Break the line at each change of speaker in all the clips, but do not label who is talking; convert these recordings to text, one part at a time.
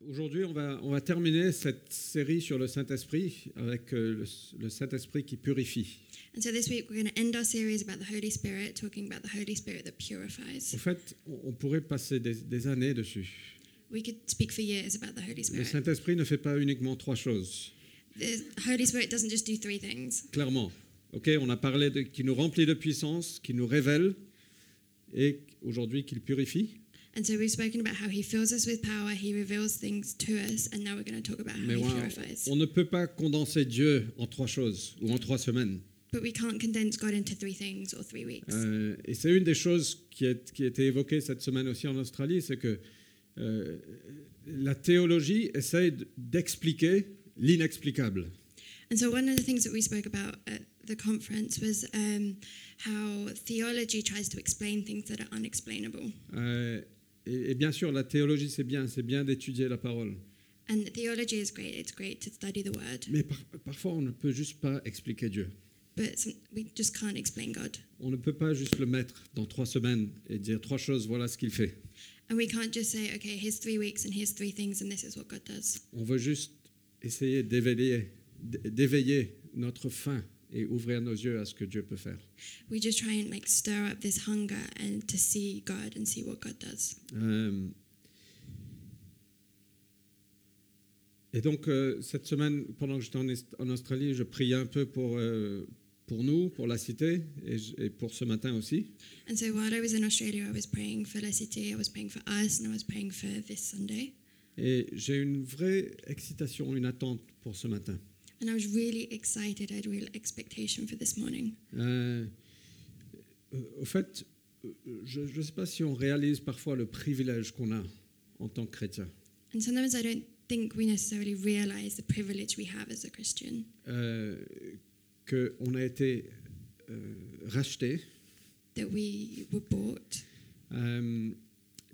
Aujourd'hui, on va, on va terminer cette série sur le Saint-Esprit avec euh, le, le Saint-Esprit qui purifie.
And so this week we're going to end our series about the Holy Spirit, talking about the Holy Spirit that purifies.
En fait, on, on pourrait passer des, des années dessus.
We could speak for years about the Holy
Le
Spirit.
Saint-Esprit ne fait pas uniquement trois choses,
The Holy Spirit doesn't just do three things.
clairement. Ok, on a parlé de qui nous remplit de puissance, qui nous révèle, et aujourd'hui qu'il purifie.
And so we've spoken about how he fills us with power, he reveals things to us, and now we're going to talk about how
Mais
he
on,
purifies.
on ne peut pas condenser Dieu en trois choses ou en trois semaines.
But we can't condense God into three things or three weeks.
Euh, et c'est une des choses qui, est- qui a été évoquée cette semaine aussi en Australie, c'est que euh, la théologie essaye d- d'expliquer l'inexplicable.
And so one of the things that we spoke about at the conference was um, how theology tries to explain things that are unexplainable.
Euh, et, et bien sûr, la théologie, c'est bien, c'est bien d'étudier la parole.
And theology is great, it's great to study the word,
Mais par- parfois, on ne peut juste pas expliquer Dieu.
but some, we juste can't explain God.
On ne peut pas juste le mettre dans trois semaines et dire trois choses, voilà ce qu'il fait.
And we can't just say, okay, here's three weeks and here's three things and this is what God does.
On veut juste essayer d'éveiller, d- d'éveiller notre faim et ouvrir nos yeux à ce que Dieu peut faire.
We just try and like stir up this hunger and to see God and see what God does.
Euh, et donc, euh, cette semaine, pendant que j'étais en, Est- en Australie, je priais un peu pour, euh, pour nous, pour la cité, et, je- et pour ce matin aussi.
And so while I was in Australia, I was praying for La Cité, I was praying for us, and I was praying for this Sunday.
Et j'ai une vraie excitation, une attente pour ce matin.
And I was really excited. I had real expectation for this morning.
Euh, euh, au fait, euh, je ne sais pas si on réalise parfois le privilège qu'on a en tant que chrétien.
And sometimes I don't think we necessarily realize the privilege we have as a Christian
Euh, qu'on a été euh, racheté,
that we were bought,
euh,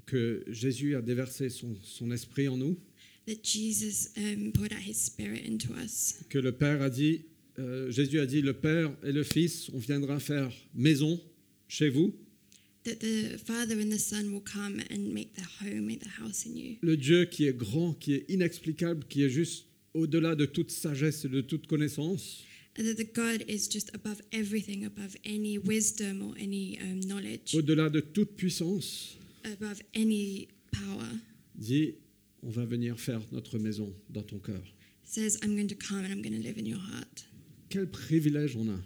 que Jésus a déversé son, son esprit en nous,
that Jesus um, poured out his spirit into us,
que le Père a dit, euh, Jésus a dit, le Père et le Fils, on viendra faire maison chez vous.
that the Father and the Son will come and make their home, make their house in you.
Le Dieu qui est grand, qui est inexplicable, qui est juste au-delà de toute sagesse et de toute connaissance,
And that the God is just above everything, above any wisdom or any um, knowledge,
au-delà de toute puissance,
above any power,
dit, on va venir faire notre maison dans ton cœur.
says, I'm going to come and I'm going to live in your heart.
Quel privilège on a.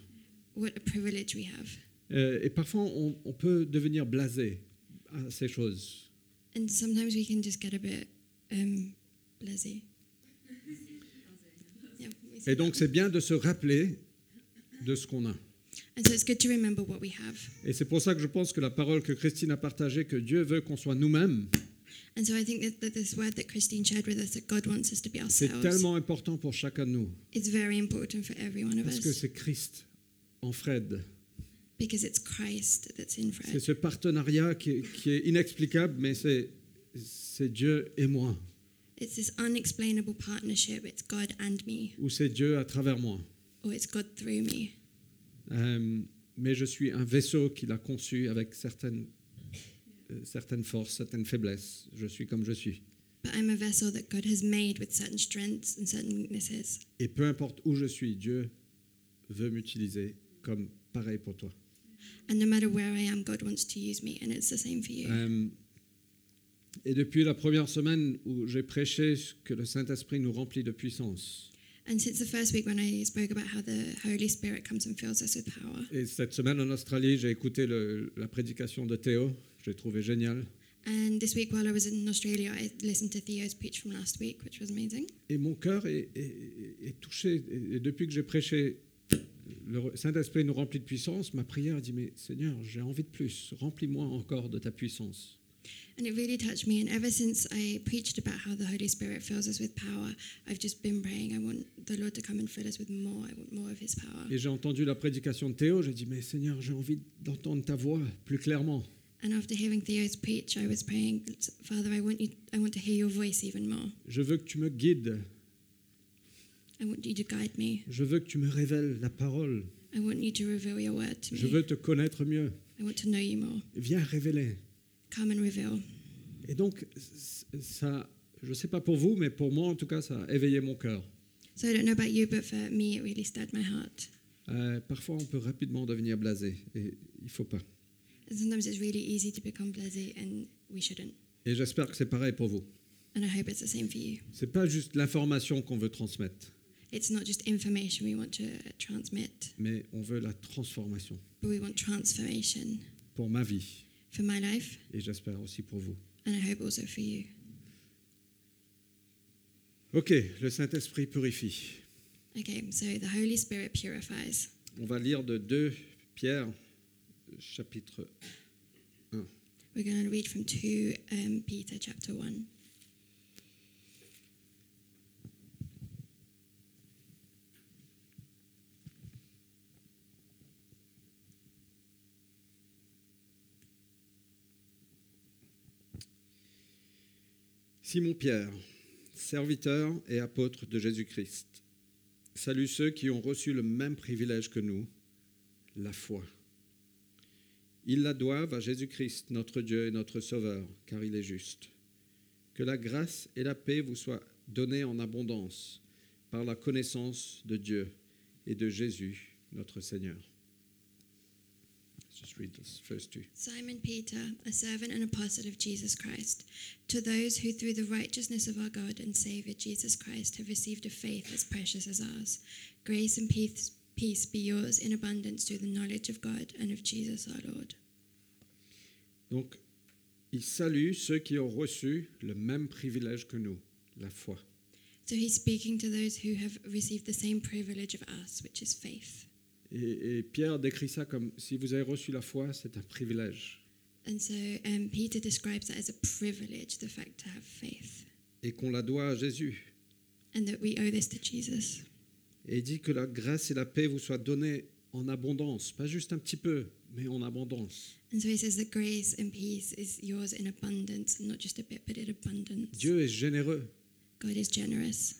What a privilege we have.
Euh, et parfois, on, on peut devenir blasé à ces choses.
And sometimes we can just get a bit um, lazy. Yeah, we see
Et donc,
that.
c'est bien de se rappeler de ce qu'on a.
and so it's good to remember what we have.
Et c'est pour ça que je pense que la parole que Christine a partagée, que Dieu veut qu'on soit nous-mêmes,
And so I think that, that this word that Christine shared with us, that God wants us to be
Ah c'est
ourselves,
tellement important pour chacun de nous.
is very important for every one of
Parce que
us
c'est Christ en Fred.
because it's Christ that's in
C'est
Fred.
ce partenariat qui est, qui est inexplicable, mais c'est c'est Dieu et moi,
It's this unexplainable partnership. It's God and me,
ou c'est Dieu à travers moi.
or it's God through me.
Euh, mais je suis un vaisseau qu'il a conçu avec certaines, euh, certaines forces, certaines faiblesses. Je suis comme je suis.
But I'm a vessel that God has made with certain strengths and certain weaknesses.
Et peu importe où je suis, Dieu veut m'utiliser comme pareil pour toi.
And no matter where I am, God wants to use me, and it's the same for you.
Euh, et depuis la première semaine où j'ai prêché que le Saint-Esprit nous remplit de puissance,
And since the first week when I spoke about how the Holy Spirit comes and fills us with power,
et cette semaine en Australie, j'ai écouté le- la prédication de Théo, je l'ai trouvé génial.
and this week while I was in Australia, I listened to Theo's speech from last week, which was amazing.
Et mon cœur est, est- est touché. Et et depuis que j'ai prêché, le Saint-Esprit nous remplit de puissance. Ma prière dit, mais Seigneur, j'ai envie de plus. Remplis-moi encore de ta puissance.
And it really touched me. And ever since I preached about how the Holy Spirit fills us with power, I've just been praying. I want the Lord to come and fill us with more. I want more of His power.
Et j'ai entendu la prédication de Théo. J'ai dit, mais Seigneur, j'ai envie d'entendre ta voix plus clairement.
And after hearing Theo's preach, I was praying, Father, I want you. I want to hear your voice even more.
Je veux que tu me guides.
I want you to guide me.
Je veux que tu me révèles la parole.
I want you to reveal your word to
Je
me.
veux te connaître mieux.
I want to know you more.
Viens révéler.
Come and reveal.
Et donc, c- ça, Je ne sais pas pour vous, mais pour moi, en tout cas, ça a éveillé mon cœur.
So I don't know about you, but for me, it really stirred my heart.
Euh, parfois, on peut rapidement devenir blasé, et il ne faut pas.
And sometimes it's really easy to become blasé, and we shouldn't.
Et j'espère que c'est pareil pour vous.
And I hope it's the same for you.
C'est pas juste l'information qu'on veut transmettre,
It's not just information we want to transmit,
mais on veut la transformation
but we want transformation
pour ma vie,
for my life,
et j'espère aussi pour vous.
and I hope also for you.
Ok, le Saint-Esprit purifie.
Okay, so the Holy Spirit purifies.
On va lire de 2 Pierre, chapitre
We're going to read from 2 um, Peter chapter 1.
Simon Pierre, serviteur et apôtre de Jésus-Christ. Salut ceux qui ont reçu le même privilège que nous, la foi. Ils la doivent à Jésus-Christ, notre Dieu et notre Sauveur, car il est juste. Que la grâce et la paix vous soient données en abondance par la connaissance de Dieu et de Jésus, notre Seigneur. Let's just read this first two.
Simon Peter, a servant and apostle of Jesus Christ, to those who through the righteousness of our God and Saviour Jesus Christ have received a faith as precious as ours, grace and peace, peace be yours in abundance through the knowledge of God and of Jesus our Lord.
Donc, il salue ceux qui ont reçu le même privilège que nous, la foi.
So he's speaking to those who have received the same privilege of us, which is faith.
Et, et Pierre décrit ça comme si vous avez reçu la foi, c'est un privilège.
And so um, Peter describes that as a privilege, the fact to have faith,
Et qu'on la doit à Jésus.
and that we owe this to Jesus.
Et il dit que la grâce et la paix vous soient données en abondance, pas juste un petit peu, mais en abondance.
And so he says that grace and peace is yours in abundance, not just a bit, but in abundance.
Dieu est généreux.
God is generous.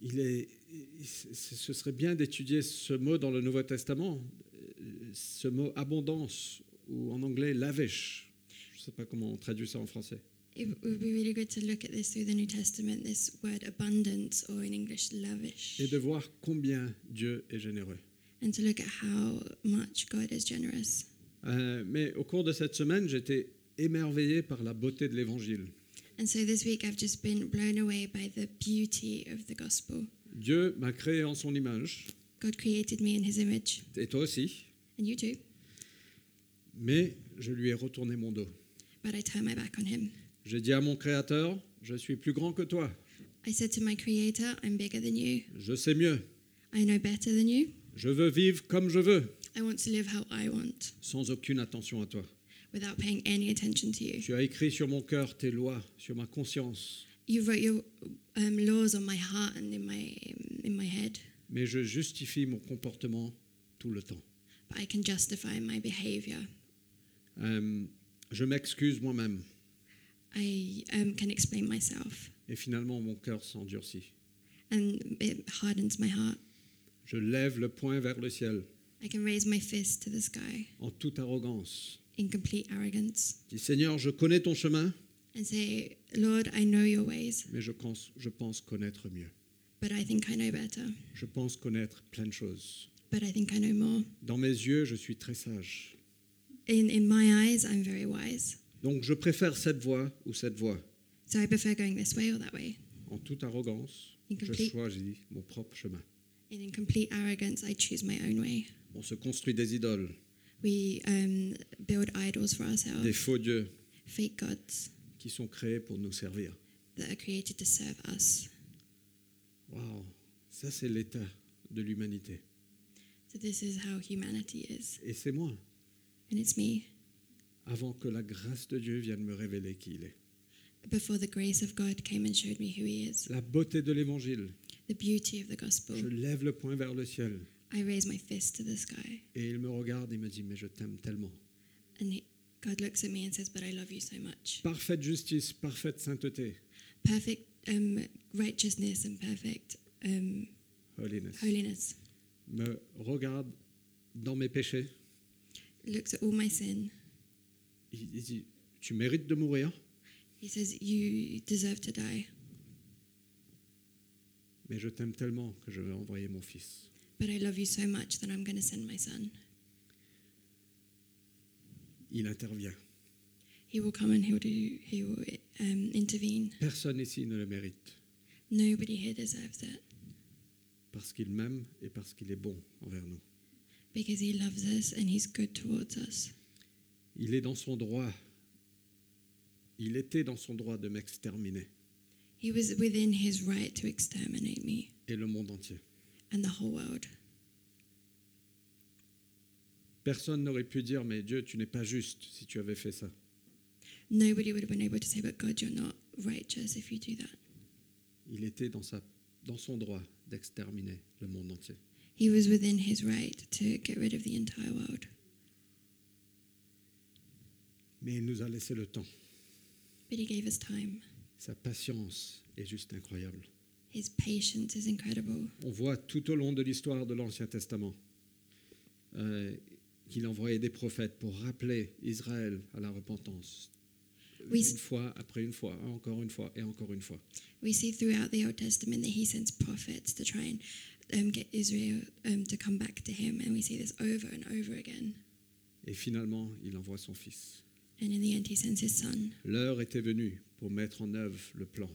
Il est, il- ce ce serait bien d'étudier ce mot dans le Nouveau Testament, euh, ce mot abondance, ou en anglais lavish. Je ne sais pas comment on traduit ça en français.
It would be really good to look at this through the New Testament, this word abundance, or in English, lavish,
et de voir combien Dieu est généreux.
and to look at how much God is generous.
Euh, mais au cours de cette semaine, j'étais émerveillé par la beauté de l'Évangile.
And so this week I've just been blown away by the beauty of the gospel.
Dieu m'a créé en son image,
God created me in his image,
et toi aussi,
and you too,
mais je lui ai retourné mon dos.
but I turn my back on him.
J'ai dit à mon Créateur, je suis plus grand que toi,
I said to my Creator, I'm bigger than you,
je sais mieux,
I know better than you,
je veux vivre comme je veux,
I want to live how I want.
sans aucune attention à toi.
without paying any attention to you.
Tu as écrit sur mon cœur tes lois, sur ma conscience,
You wrote your um, laws on my heart and in my in my head,
mais je justifie mon comportement tout le temps.
but I can justify my behavior.
Euh, je m'excuse moi-même,
I um, can explain myself,
et finalement mon cœur s'endurcit.
and it hardens my heart.
Je lève le poing vers le ciel
I can raise my fist to the sky
en toute arrogance.
in complete arrogance
Je Dis Seigneur, je connais ton chemin,
and say, "Lord, I know your ways,
mais je pense, je pense connaître mieux.
but I think I know better.
Je pense connaître plein de choses.
But I think I know more.
Dans mes yeux, je suis très sage.
In in my eyes, I'm very wise.
Donc je préfère cette voie ou cette voie.
So I prefer going this way or that way."
En toute arrogance, je
Incomplete.
choisis mon propre chemin.
And in complete arrogance, I choose my own way.
On se construit des idoles,
We um, build idols for ourselves.
des faux dieux
fake gods
qui sont créés pour nous servir.
that are created to serve us.
Waouh, ça c'est l'état de l'humanité.
So this is how humanity is,
Et c'est moi,
and it's me.
avant que la grâce de Dieu vienne me révéler qui il est.
Before the grace of God came and showed me who He is,
La beauté de l'évangile,
the beauty of the gospel,
Je lève le poing vers le ciel
I raise my fist to the sky,
et il me regarde et me dit Mais je t'aime tellement.
and he, God looks at me and says, "But I love you so much."
Parfaite justice, parfaite sainteté,
Perfect um, righteousness and perfect um,
holiness,
holiness
me regarde dans mes péchés.
looks at all my sin.
Il, il dit Tu mérites de mourir,
He says, You deserve to die,
mais je t'aime tellement que je vais envoyer mon fils.
but I love you so much that I'm going to send my son.
Il intervient.
He will come and he'll do, he will um, intervene.
Personne ici ne le mérite,
Nobody here deserves it
parce qu'il m'aime et parce qu'il est bon envers nous.
because he loves us and he's good towards us.
Il est dans son droit. Il était dans son droit de m'exterminer
He was within his right to exterminate me
et le monde entier.
and the whole world.
Personne n'aurait pu dire, mais Dieu, tu n'es pas juste si tu avais fait ça.
Nobody would have been able to say, But God, you're not righteous if you do that.
Il était dans, sa, dans son droit d'exterminer le monde entier.
He was within his right to get rid of the entire world,
Mais il nous a laissé le temps.
but he gave us time.
Sa patience est juste incroyable.
His patience is incredible.
On voit tout au long de l'histoire de l'Ancien Testament euh, qu'il envoyait des prophètes pour rappeler Israël à la repentance.
Oui.
Une fois, après une fois, encore une fois et encore une fois.
We see throughout the Old Testament that he sends prophets to try and um, get Israel um, to come back to him, and we see this over and over again.
Et finalement, il envoie son fils.
And in the end, he sends his son.
L'heure était venue pour mettre en œuvre le plan,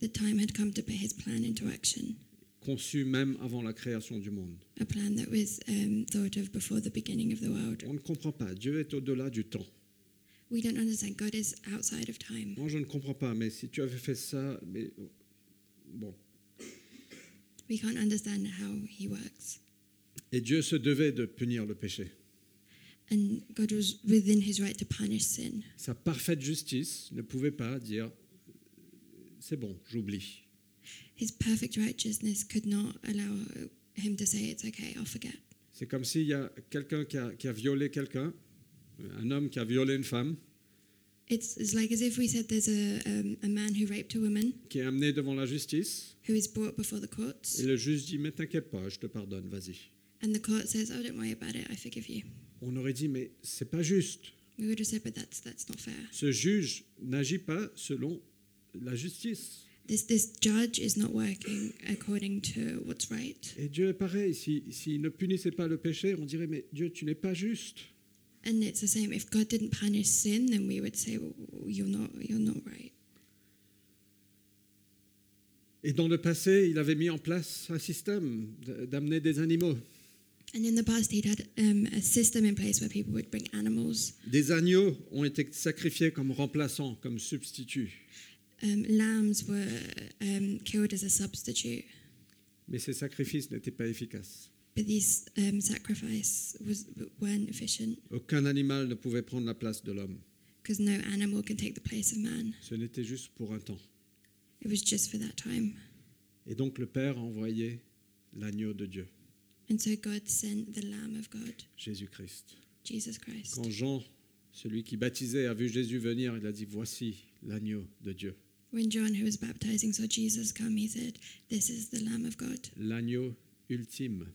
The time had come to put his plan into action,
conçu même avant la création du monde.
a plan that was um, thought of before the beginning of the world.
On ne comprend pas. Dieu est au-delà du temps.
We don't understand God is outside of time.
Moi, je ne comprends pas, mais si tu avais fait ça, mais bon.
We can't understand how he works.
Et Dieu se devait de punir le péché.
And God was within his right to punish sin.
Sa parfaite justice ne pouvait pas dire c'est bon, j'oublie.
His perfect righteousness could not allow him to say, It's okay, I'll forget.
C'est comme s'il y a quelqu'un qui a, qui a violé quelqu'un, un homme qui a violé une femme,
It's, it's like as if we said there's a, um, a man who raped a woman
qui est amené devant la justice,
who is brought before the
et
courts,
le juge dit mais t'inquiète pas, je te pardonne, vas-y.
and the court says, Oh, don't worry about it, I forgive you.
On aurait dit mais c'est pas juste.
We would have said, But that's, that's not fair.
Ce juge n'agit pas selon la justice.
This, this judge is not working according to what's right.
Et Dieu est pareil, si- s'il ne punissait pas le péché, on dirait mais Dieu, tu n'es pas juste.
And it's the same. If God didn't punish sin, then we would say, well, you're not, you're not right.
Et dans le passé, il avait mis en place un système de- d'amener des animaux.
And in the past, he'd had um, a system in place where people would bring animals.
Des agneaux ont été sacrifiés comme remplaçants, comme substituts.
Um, lambs were um, killed as a substitute,
Mais ces sacrifices n'étaient pas efficaces.
but these um, sacrifice was, weren't efficient
Aucun animal ne pouvait prendre la place de l'homme.
because no animal can take the place of man.
Ce n'était juste pour un temps.
It was just for that time.
Et donc le Père a envoyé l'agneau de Dieu,
And so God sent the Lamb of God,
Jésus-Christ.
Jesus Christ.
Quand Jean, celui qui baptisait, a vu Jésus venir, il a dit, voici l'agneau de Dieu,
When John, who was baptizing, saw Jesus come, he said, This is the Lamb of God,
l'agneau ultime,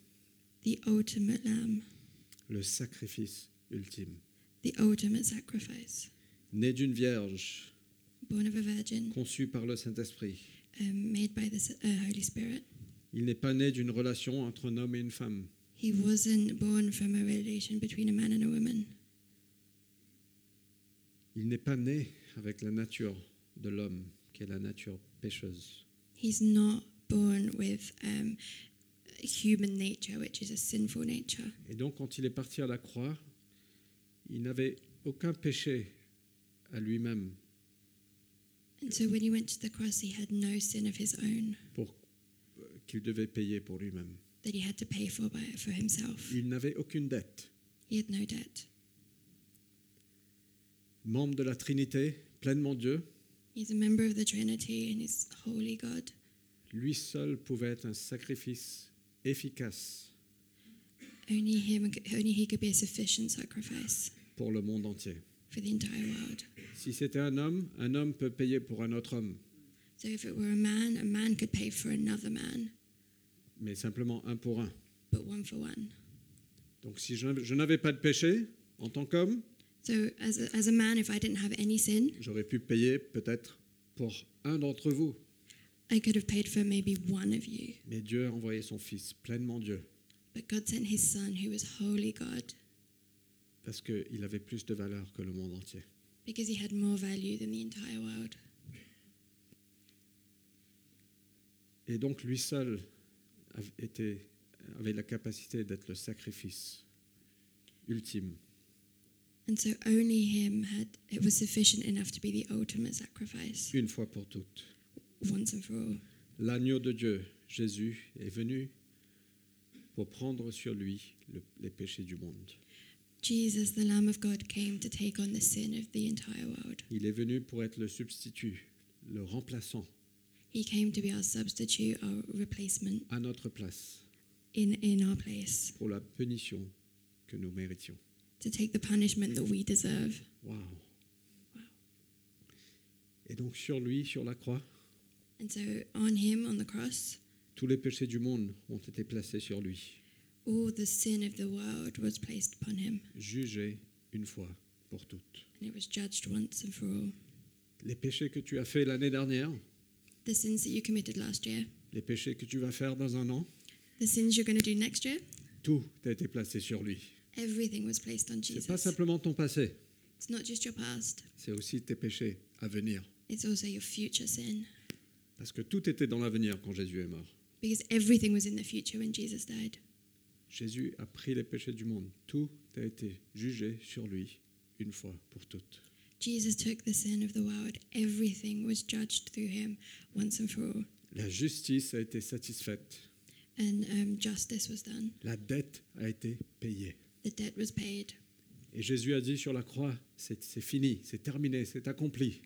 the ultimate Lamb,
le sacrifice ultime,
the ultimate sacrifice,
né d'une vierge,
born of a virgin,
conçu par le Saint-Esprit.
um, made by the S- uh, Holy Spirit.
Il n'est pas né d'une relation entre un homme et une femme.
He wasn't born from a relation between a man and a woman.
Il n'est pas né avec la nature de l'homme, qui est la nature pécheuse.
He's not born with um, human nature, which is a sinful nature.
Et donc, quand il est parti à la croix, il n'avait aucun péché à lui-même
And so when he went to the cross, he had no sin of his own
pour euh, qu'il devait payer pour lui-même.
that he had to pay for by, for himself.
Il n'avait aucune dette.
He had no debt.
Membre de la Trinité, pleinement Dieu,
He's a member of the Trinity and he's holy God.
lui seul pouvait être un sacrifice efficace
Only him, only he could be a sufficient sacrifice
pour le monde entier.
for the entire world.
Si c'était un homme, un homme peut payer pour un autre homme,
So if it were a man, a man could pay for another man,
mais simplement un pour un.
but one for one.
Donc si je je n'avais pas de péché en tant qu'homme,
So, as a, as a man, if I didn't have any sin,
J'aurais pu payer peut-être pour un d'entre vous,
I could have paid for maybe one of you.
mais Dieu a envoyé son Fils, pleinement Dieu,
But God sent his son, who was holy God,
parce qu'il avait plus de valeur que le monde entier.
because he had more value than the entire world.
Et donc lui seul av- était- avait la capacité d'être le sacrifice ultime.
And so only him had, it was sufficient enough to be the ultimate sacrifice,
une fois pour toutes.
once and for all.
L'agneau de Dieu, Jésus, est venu pour prendre sur lui le- les péchés du monde.
Jesus, the Lamb of God, came to take on the sin of the entire world.
Il est venu pour être le substitut, le remplaçant
He came to be our substitute, our replacement
à notre place
in, in our place,
pour la punition que nous méritions.
to take the punishment that we deserve.
Waouh. Et donc sur lui, sur la croix,
And so on him, on the cross,
tous les péchés du monde ont été placés sur lui,
all the sin of the world was placed upon him,
jugés une fois pour toutes.
and it was judged once and for all.
Les péchés que tu as faits l'année dernière,
The sins that you committed last year,
les péchés que tu vas faire dans un an,
the sins you're going to do next year,
tout a été placé sur lui.
everything was placed on
C'est pas
Jesus.
simplement ton passé,
It's not just your past,
c'est aussi tes péchés à venir.
it's also your future sin.
Parce que tout était dans l'avenir quand Jésus est mort.
Because everything was in the future when Jesus died.
Jésus a pris les péchés du monde. Tout a été jugé sur lui une fois pour toutes.
Jesus took the sin of the world. Everything was judged through him once and for all.
La justice a été satisfaite.
And um, justice was done.
La dette a été payée.
The debt was paid.
Et Jésus a dit sur la croix, c'est c'est fini, c'est terminé, c'est accompli.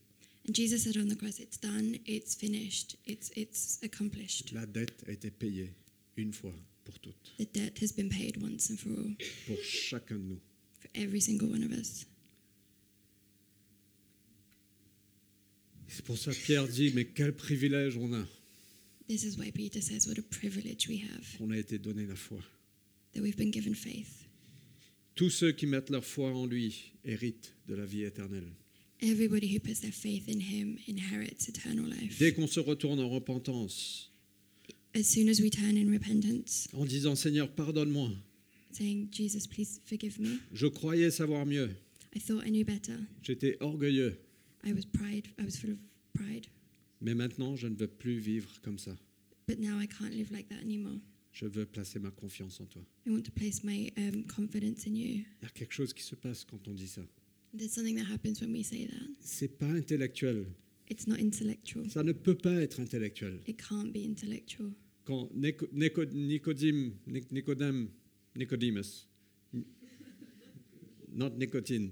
And Jesus said on the cross, It's done, it's finished, it's, it's accomplished.
La dette a été payée une fois pour toutes,
The debt has been paid once and for all
pour chacun de nous.
for every single one of us.
C'est pour ça que Pierre dit, mais quel privilège on a.
This is why Peter says, What a privilege we have
On a été donné la foi.
that we've been given faith.
Tous ceux qui mettent leur foi en lui héritent de la vie éternelle.
Everybody who puts their faith in him inherits eternal life.
Dès qu'on se retourne en repentance,
As soon as we turn in repentance,
en disant Seigneur, pardonne-moi,
saying, Jesus, please forgive me.
je croyais savoir mieux,
I thought I knew better.
j'étais orgueilleux,
I was pride. I was full of pride.
mais maintenant je ne veux plus vivre comme ça.
But now I can't live like that anymore.
Je veux placer ma confiance en toi.
I want to place my um, confidence in you.
Il y a quelque chose qui se passe quand on dit ça.
There's something that happens when we say that.
C'est pas intellectuel.
It's not intellectual.
Ça ne peut pas être intellectuel.
It can't be intellectual.
Quand Nico- Nico- Nicodème, Nic- Nicodème, Nicodemus, not nicotine,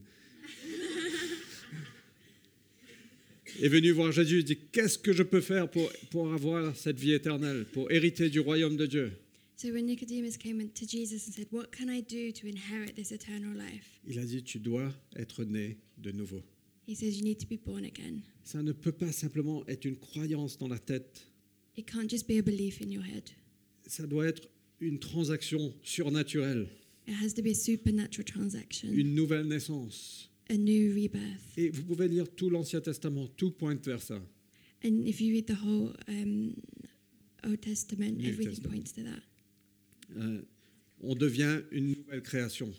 est venu voir Jésus, il dit Qu'est-ce que je peux faire pour, pour avoir cette vie éternelle, pour hériter du royaume de Dieu
So when Nicodemus came in to Jesus and said, "What can I do to inherit this eternal life?"
Il a dit Tu dois être né de nouveau.
He says, "You need to be born again.
Ça ne peut pas simplement être une croyance dans la tête,
It can't just be a belief in your head.
ça doit être une transaction surnaturelle,
It has to be a supernatural transaction,
une nouvelle naissance.
a new rebirth."
Et vous pouvez lire tout l'Ancien Testament, tout pointe vers ça.
And if you read the whole um, Old Testament,
New
everything
Testament.
points to that.
Euh, on devient une nouvelle création.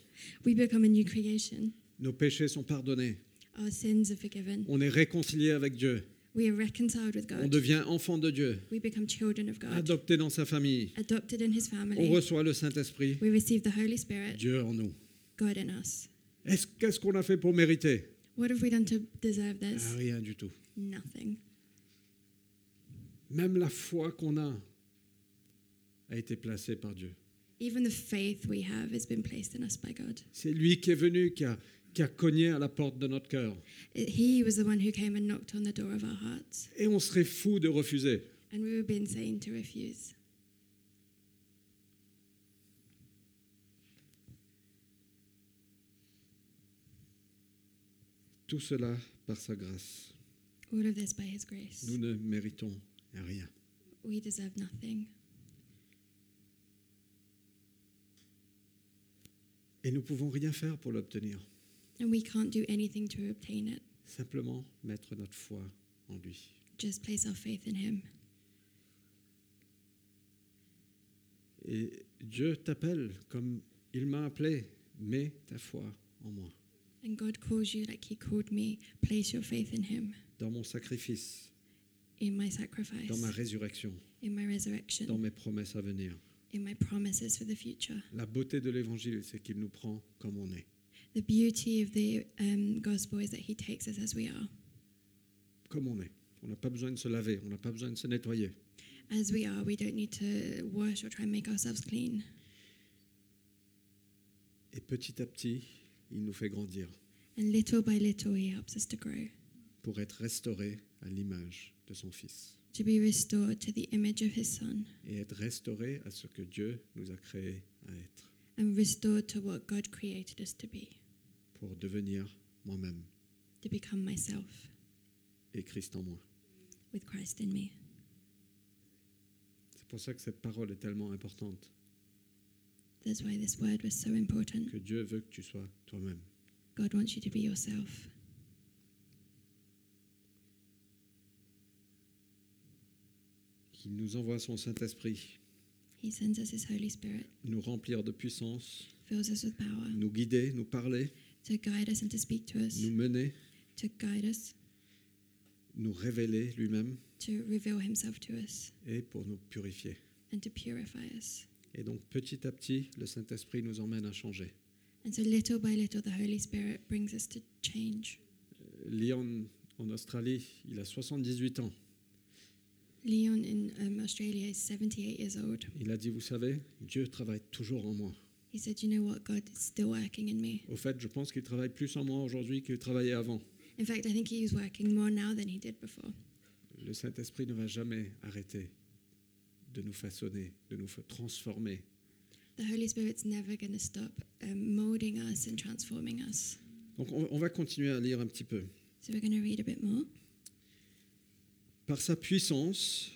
We become a new creation.
Nos péchés sont pardonnés.
Our sins are forgiven.
On est réconcilié avec Dieu.
We are reconciled with
On
God.
devient enfant de Dieu,
We become children of God,
adopté dans sa famille.
adopted in His
On
family.
reçoit le Saint-Esprit,
We receive the Holy Spirit,
Dieu en nous.
God in us.
Est-ce- Qu'est-ce qu'on a fait pour mériter
What have we done to deserve
Ah,
this?
Rien du tout.
Nothing.
Même la foi qu'on a a été placée par Dieu.
Even the faith we have has been placed in us by God.
C'est lui qui est venu, qui a, qui a cogné à la porte de notre cœur.
It- He was the one who came and knocked on the door of our hearts,
Et on serait fou de refuser.
and we would be insane to refuse.
Tout cela par sa grâce.
All of this by His grace.
Nous ne méritons rien.
We deserve nothing.
Et nous pouvons rien faire pour l'obtenir.
and we can't do anything to obtain it.
Simplement mettre notre foi en lui.
Just place our faith in Him.
Et Dieu t'appelle comme il m'a appelé, mets ta foi en moi,
And God calls you like He called me. Place your faith in Him,
dans mon sacrifice,
in my
dans ma
sacrifice,
résurrection,
in my
dans
resurrection,
mes promesses à venir.
in my promises for the future.
La beauté de l'évangile, c'est qu'il nous prend comme on est.
The beauty of the um, gospel is that He takes us as we are.
Comme on est. On n'a pas besoin de se laver, on n'a pas besoin de se nettoyer.
As we are, we don't need to wash or try and make ourselves clean.
Et petit à petit, il nous fait grandir
And little by little, He helps us to grow,
pour être restaurés à l'image de son Fils
to be restored to the image of His Son,
et être restaurés à ce que Dieu nous a créés à être
and restored to what God created us to be,
pour devenir moi-même
to become myself
et Christ en moi.
with Christ in me.
C'est pour ça que cette parole est tellement importante,
That's why this word was so important.
que Dieu veut que tu sois toi-même.
God wants you to be yourself.
Qu'il nous envoie son Saint-Esprit,
He sends us His Holy Spirit,
nous remplir de puissance,
fills us with power
nous guider, nous parler,
to guide us and to speak to us,
nous mener,
to guide us,
nous révéler lui-même
to reveal Himself to us,
et pour nous purifier.
and to purify us.
Et donc petit à petit, le Saint-Esprit nous emmène à changer.
And so, little by little, the Holy Spirit brings us to change.
Leon, en Australie, il a 78 ans.
Leon in um, Australia is 78 years old.
Il a dit, vous savez, Dieu travaille toujours en moi.
He said, You know what? God is still working in me.
Au fait, je pense qu'il travaille plus en moi aujourd'hui qu'il travaillait avant.
In fact, I think He is working more now than He did before.
Le Saint-Esprit ne va jamais arrêter de nous façonner, de nous fa- transformer.
The Holy Spirit's never going to stop um, molding us and transforming us.
Donc on, on va continuer à lire un petit peu.
So, we're going to read a bit more.
Par sa puissance,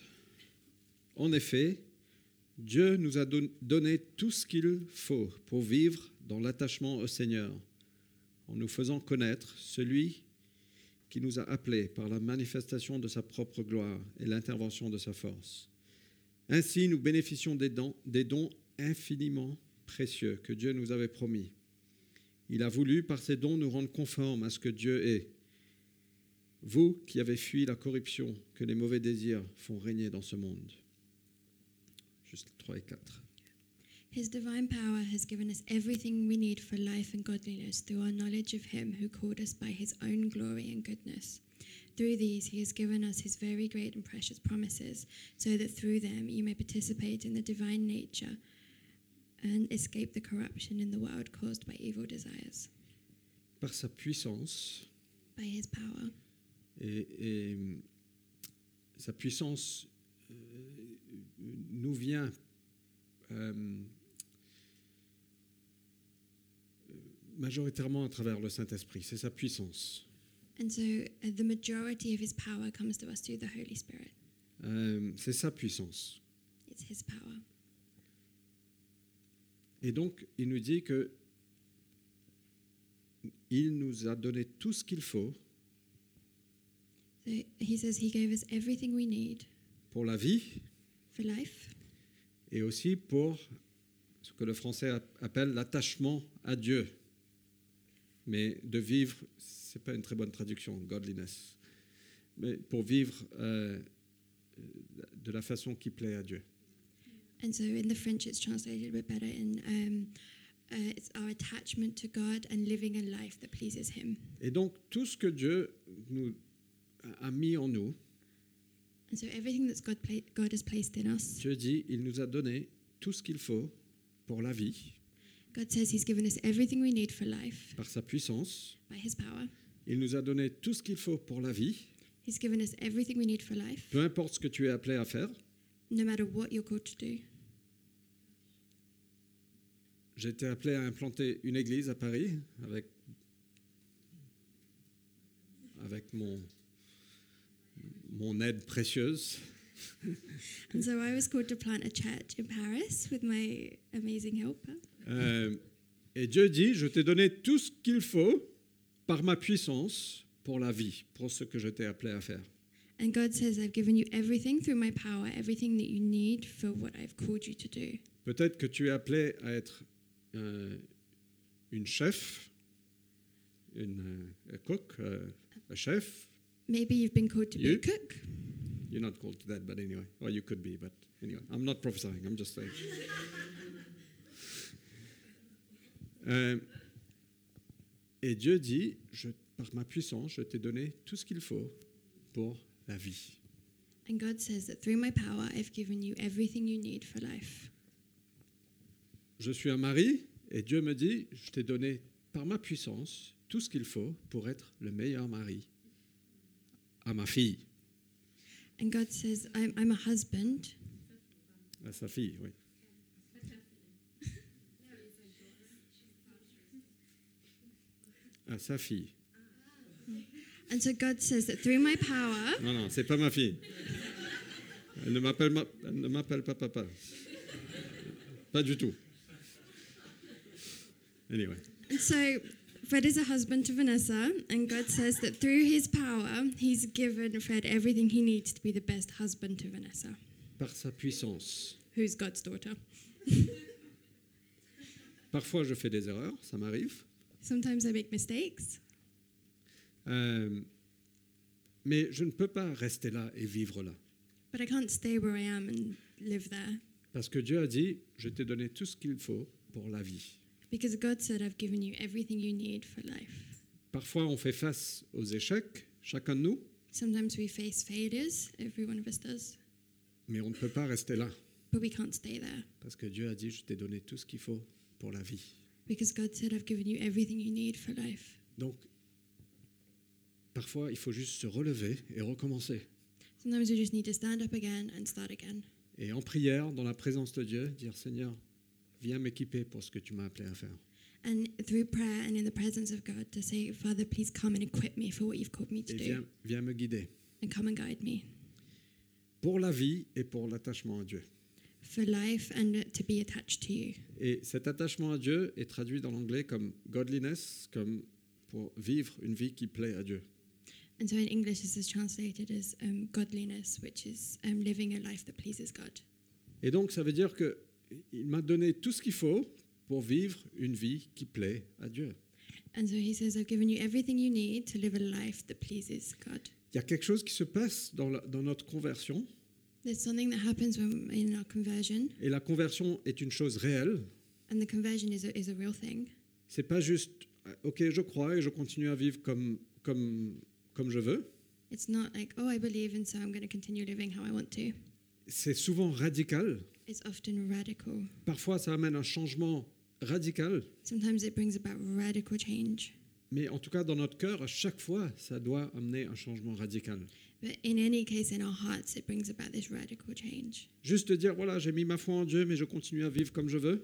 en effet, Dieu nous a don- donné tout ce qu'il faut pour vivre dans l'attachement au Seigneur, en nous faisant connaître celui qui nous a appelés par la manifestation de sa propre gloire et l'intervention de sa force. Ainsi, nous bénéficions des dons, des dons infiniment précieux que Dieu nous avait promis. Il a voulu, par ces dons, nous rendre conformes à ce que Dieu est. Vous qui avez fui la corruption que les mauvais désirs font régner dans ce monde. Juste 3 et 4.
His divine power has given us everything we need for life and godliness through our knowledge of Him who called us by His own glory and goodness. Through these, He has given us His very great and precious promises, so that through them you may participate in the divine nature and escape the corruption in the world caused by evil desires.
Par sa puissance,
By His power,
et, et, hum, sa puissance euh, nous vient euh, majoritairement à travers le Saint-Esprit. C'est sa puissance.
and so uh, the majority of His power comes to us through the Holy Spirit.
Euh, C'est sa puissance.
It's His power.
Et donc, il nous dit que il nous a donné tout ce qu'il faut
So He says He gave us everything we need
pour la vie
for life.
et aussi pour ce que le français a- appelle l'attachement à Dieu. Mais de vivre, c'est pas une très bonne traduction, godliness. Mais pour vivre euh, de la façon qui plaît à Dieu.
And so in the French, it's translated a bit better in um, uh, it's our attachment to God and living a life that pleases Him.
Et donc tout ce que Dieu nous a- a mis en nous,
And so everything that's God, pla- God has placed in us,
Dieu dit, il nous a donné tout ce qu'il faut pour la vie,
God says He's given us everything we need for life
par sa puissance.
by His power.
Il nous a donné tout ce qu'il faut pour la vie,
He's given us everything we need for life,
peu importe ce que tu es appelé à faire.
no matter what you're called to do.
J'ai été appelé à implanter une église à Paris avec, avec mon, mon aide précieuse.
And so I was called to plant a church in Paris with my amazing helper.
Euh, et Dieu dit, je t'ai donné tout ce qu'il faut par ma puissance pour la vie, pour ce que je t'ai appelé à faire.
And God says, I've given you everything through my power, everything that you need for what I've called you to do.
Peut-être que tu es appelé à être euh, une chef, une euh, a cook, euh, a chef.
Maybe you've been called to be
You?
a cook.
You're not called to that, but anyway, or you could be, but anyway, I'm not prophesying. I'm just saying. Euh, et Dieu dit, je, par ma puissance, je t'ai donné tout ce qu'il faut pour la vie.
And God says that through my power, I've given you everything you need for life.
Je suis un mari et Dieu me dit, je t'ai donné par ma puissance tout ce qu'il faut pour être le meilleur mari à ma fille,
And God says, I'm, I'm a husband.
à sa fille, oui. À sa fille.
And so God says that through my power,
Non, non, c'est pas ma fille. Elle ne m'appelle, ma- elle ne m'appelle pas papa. Pas du tout. Anyway.
and so Fred is a husband to Vanessa, and God says that through his power, he's given Fred everything he needs to be the best husband to Vanessa,
Par sa puissance.
who's God's daughter.
Parfois, je fais des erreurs, ça m'arrive.
Sometimes I make mistakes,
Euh, mais je ne peux pas rester là et vivre là.
but I can't stay where I am and live there
Parce que Dieu a dit, je t'ai donné tout ce qu'il faut pour la vie.
because God said, I've given you everything you need for life.
Parfois, on fait face aux échecs, chacun de nous,
Sometimes we face failures, every one of us does,
mais on ne peut pas rester là.
but we can't stay there
Parce que Dieu a dit, je t'ai donné tout ce qu'il faut pour la vie.
because God said, I've given you everything you need for life.
Donc, parfois, il faut juste se relever et recommencer.
Sometimes we just need to stand up again and start again.
Et en prière, dans la présence de Dieu, dire Seigneur, viens m'équiper pour ce que tu m'as appelé à faire.
And through prayer and in the presence of God, to say, Father, please come and equip me for what you've called me to
Et
do,
viens, viens me guider.
and come and guide me
Pour la vie et pour l'attachement à Dieu.
for life and to be attached to you.
Et cet attachement à Dieu est traduit dans l'anglais comme godliness, comme pour vivre une vie qui plaît à Dieu.
And so in English, this is translated as um, godliness, which is um, living a life that pleases God.
Et donc, ça veut dire que il m'a donné tout ce qu'il faut pour vivre une vie qui plaît à Dieu.
And so he says, I've given you everything you need to live a life that pleases God.
Il y a quelque chose qui se passe dans, la- dans notre conversion,
There's something that happens when in our conversion,
et la conversion est une chose réelle.
and the conversion is a, is a real thing.
C'est pas juste euh, OK, je crois et je continue à vivre comme comme comme je veux.
It's not like, oh, I believe, and so I'm going to continue living how I want to.
C'est souvent radical.
It's often radical.
Parfois ça amène un changement radical,
Sometimes it brings about radical change.
mais en tout cas dans notre cœur, à chaque fois, ça doit amener un changement radical.
But in any case, in our hearts, it brings about this radical change.
Juste de dire voilà, j'ai mis ma foi en Dieu mais je continue à vivre comme je veux,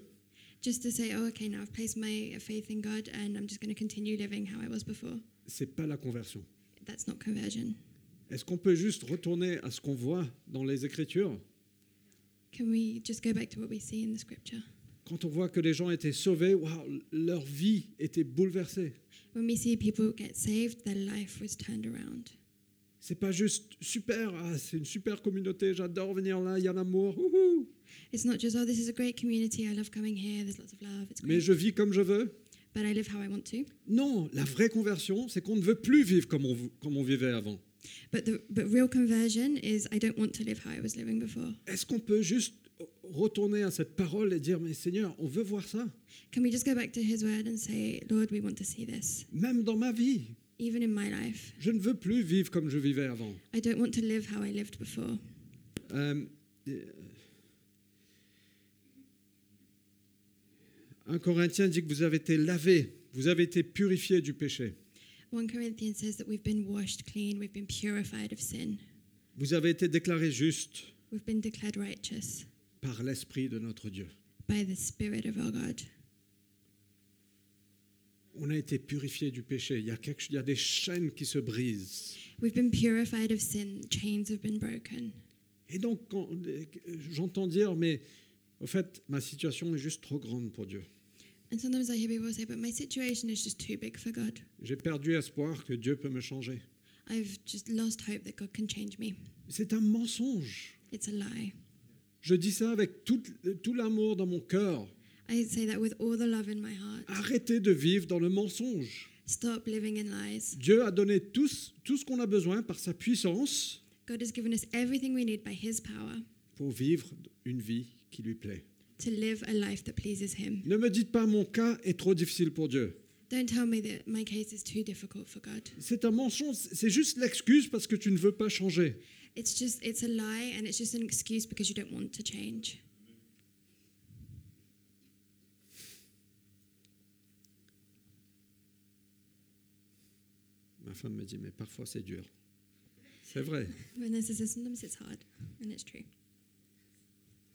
Just to say, oh, okay, now I've placed my faith in God and I'm just going to continue living how I was before.
c'est pas la conversion.
That's not conversion.
Est-ce qu'on peut juste retourner à ce qu'on voit dans les écritures
Can we just go back to what we see in the scripture?
quand on voit que les gens étaient sauvés, waouh, leur vie était bouleversée.
When we see people get saved, their life was turned around.
C'est pas juste super, ah, c'est une super communauté, j'adore venir là, il y a l'amour, wouhou.
It's not just, oh, this is a great community. I love coming here. There's lots of love. It's
mais
great.
je vis comme je veux.
But I live how I want to.
Non, la vraie conversion, c'est qu'on ne veut plus vivre comme on, comme on vivait avant.
But the but real conversion is I don't want to live how I was living before.
Est-ce qu'on peut juste retourner à cette parole et dire, mais Seigneur, on veut voir ça,
Can we just go back to His word and say, Lord, we want to see this,
même dans ma vie.
even in my life.
Je ne veux plus vivre comme je vivais avant.
I don't want to live how I lived before.
Euh, euh, 1 Corinthiens dit que vous avez été lavé, vous avez été purifié du péché,
1 Corinthians says that we've been washed clean, we've been purified of sin,
vous avez été déclaré juste
we've been declared righteous
par l'Esprit de notre Dieu.
by the Spirit of our God.
On a été purifié du péché. Il y, a quelque- il y a des chaînes qui se brisent.
We've been purified of sin, chains have been broken.
Et donc, quand- euh, j'entends dire, mais au fait, ma situation est juste trop grande pour Dieu.
And sometimes I hear people say, but my situation is just too big for God.
J'ai perdu espoir que Dieu peut me changer.
I've just lost hope that God can change me.
C'est un mensonge.
It's a lie.
Je dis ça avec tout, tout l'amour dans mon cœur.
I say that with all the love in my heart.
Arrêtez de vivre dans le mensonge.
Stop living in lies.
Dieu a donné tout, ce- tout ce qu'on a besoin par sa puissance
God has given us everything we need by His power
pour vivre une vie qui lui plaît.
to live a life that pleases Him.
Ne me dites pas mon cas est trop difficile pour Dieu.
Don't tell me that my case is too difficult for God.
C'est un mensonge, c'est juste l'excuse parce que tu ne veux pas changer.
It's just, it's a lie and it's just an excuse because you don't want to change.
Ma femme me dit, mais parfois c'est dur. C'est vrai.
Vanessa says sometimes it's hard and it's true.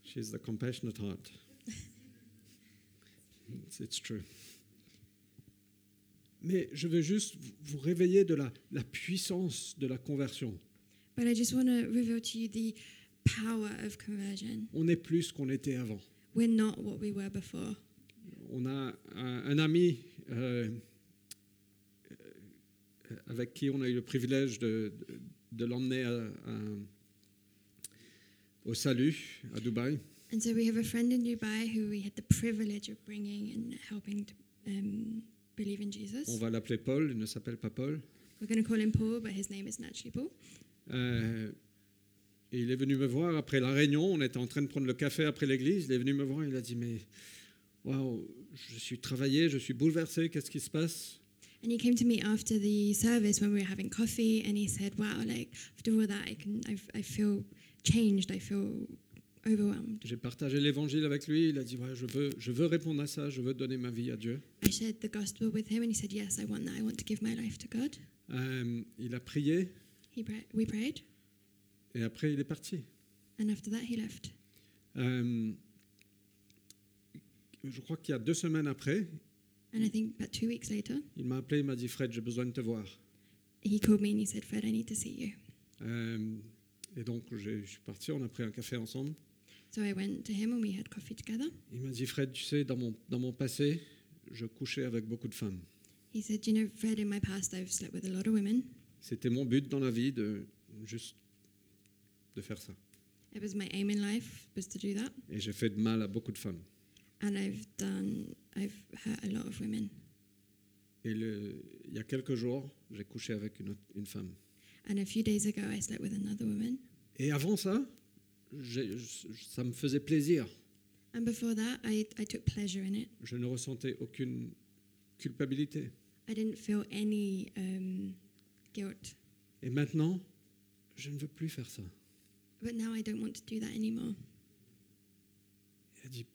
She's the compassionate heart. It's, it's true. Mais je veux juste vous réveiller de la, la puissance de la conversion.
But I just want to reveal to you the power of conversion.
On est plus qu'on était avant.
We're not what we were before.
On a un, un ami euh, euh, avec qui on a eu le privilège de, de- de l'emmener à- à- au salut à Dubaï.
And so we have a friend in Dubai who we had the privilege of bringing and helping to um, believe in
On
Jesus.
va l'appeler Paul, il ne s'appelle pas Paul.
We're going to call him Paul, but his name isn't actually Paul.
Euh, et il est venu me voir après la réunion. On était en train de prendre le café après l'église. Il est venu me voir. Il a dit Mais waouh, je suis travaillé, je suis bouleversé. Qu'est-ce qui se passe
And he came to me after the service when we were having coffee, and he said, "Wow, like after all that, I can, I, I feel changed. I feel overwhelmed."
J'ai partagé l'évangile avec lui. Il a dit ouais, je veux, je veux répondre à ça. Je veux donner ma vie à Dieu.
I shared the gospel with him, and he said, "Yes, I want that. I want to give my life to God."
Euh, il a prié
He pra- we prayed,
et après il est parti.
and after that, he left.
Euh, je crois qu'il y a deux semaines après,
And I think about two weeks later,
il m'a appelé. Il m'a dit Fred, j'ai besoin de te voir.
he called me and he said, "Fred, I need to see you."
Euh, et donc j'ai- je suis parti. On a pris un café ensemble.
So I went to him, and we had coffee together.
Il m'a dit, Fred, tu sais, dans mon, dans mon passé, je couchais avec beaucoup de femmes.
He said, "You know, Fred, in my past, I've slept with a lot of women.
C'était mon but dans la vie de juste de faire ça.
It was my aim in life was to do that,
Et j'ai fait de mal à beaucoup de femmes.
and I've done. I've hurt a lot of women."
Et le- il y a quelques jours, j'ai couché avec une, autre- une femme.
And a few days ago, I slept with another woman.
Et avant ça, j'ai- je- ça me faisait plaisir.
And before that, I, I took pleasure in it.
Je ne ressentais aucune culpabilité.
I didn't feel any um, guilt.
Et maintenant, je ne veux plus faire ça.
But now I don't want to do that anymore.
Elle a dit,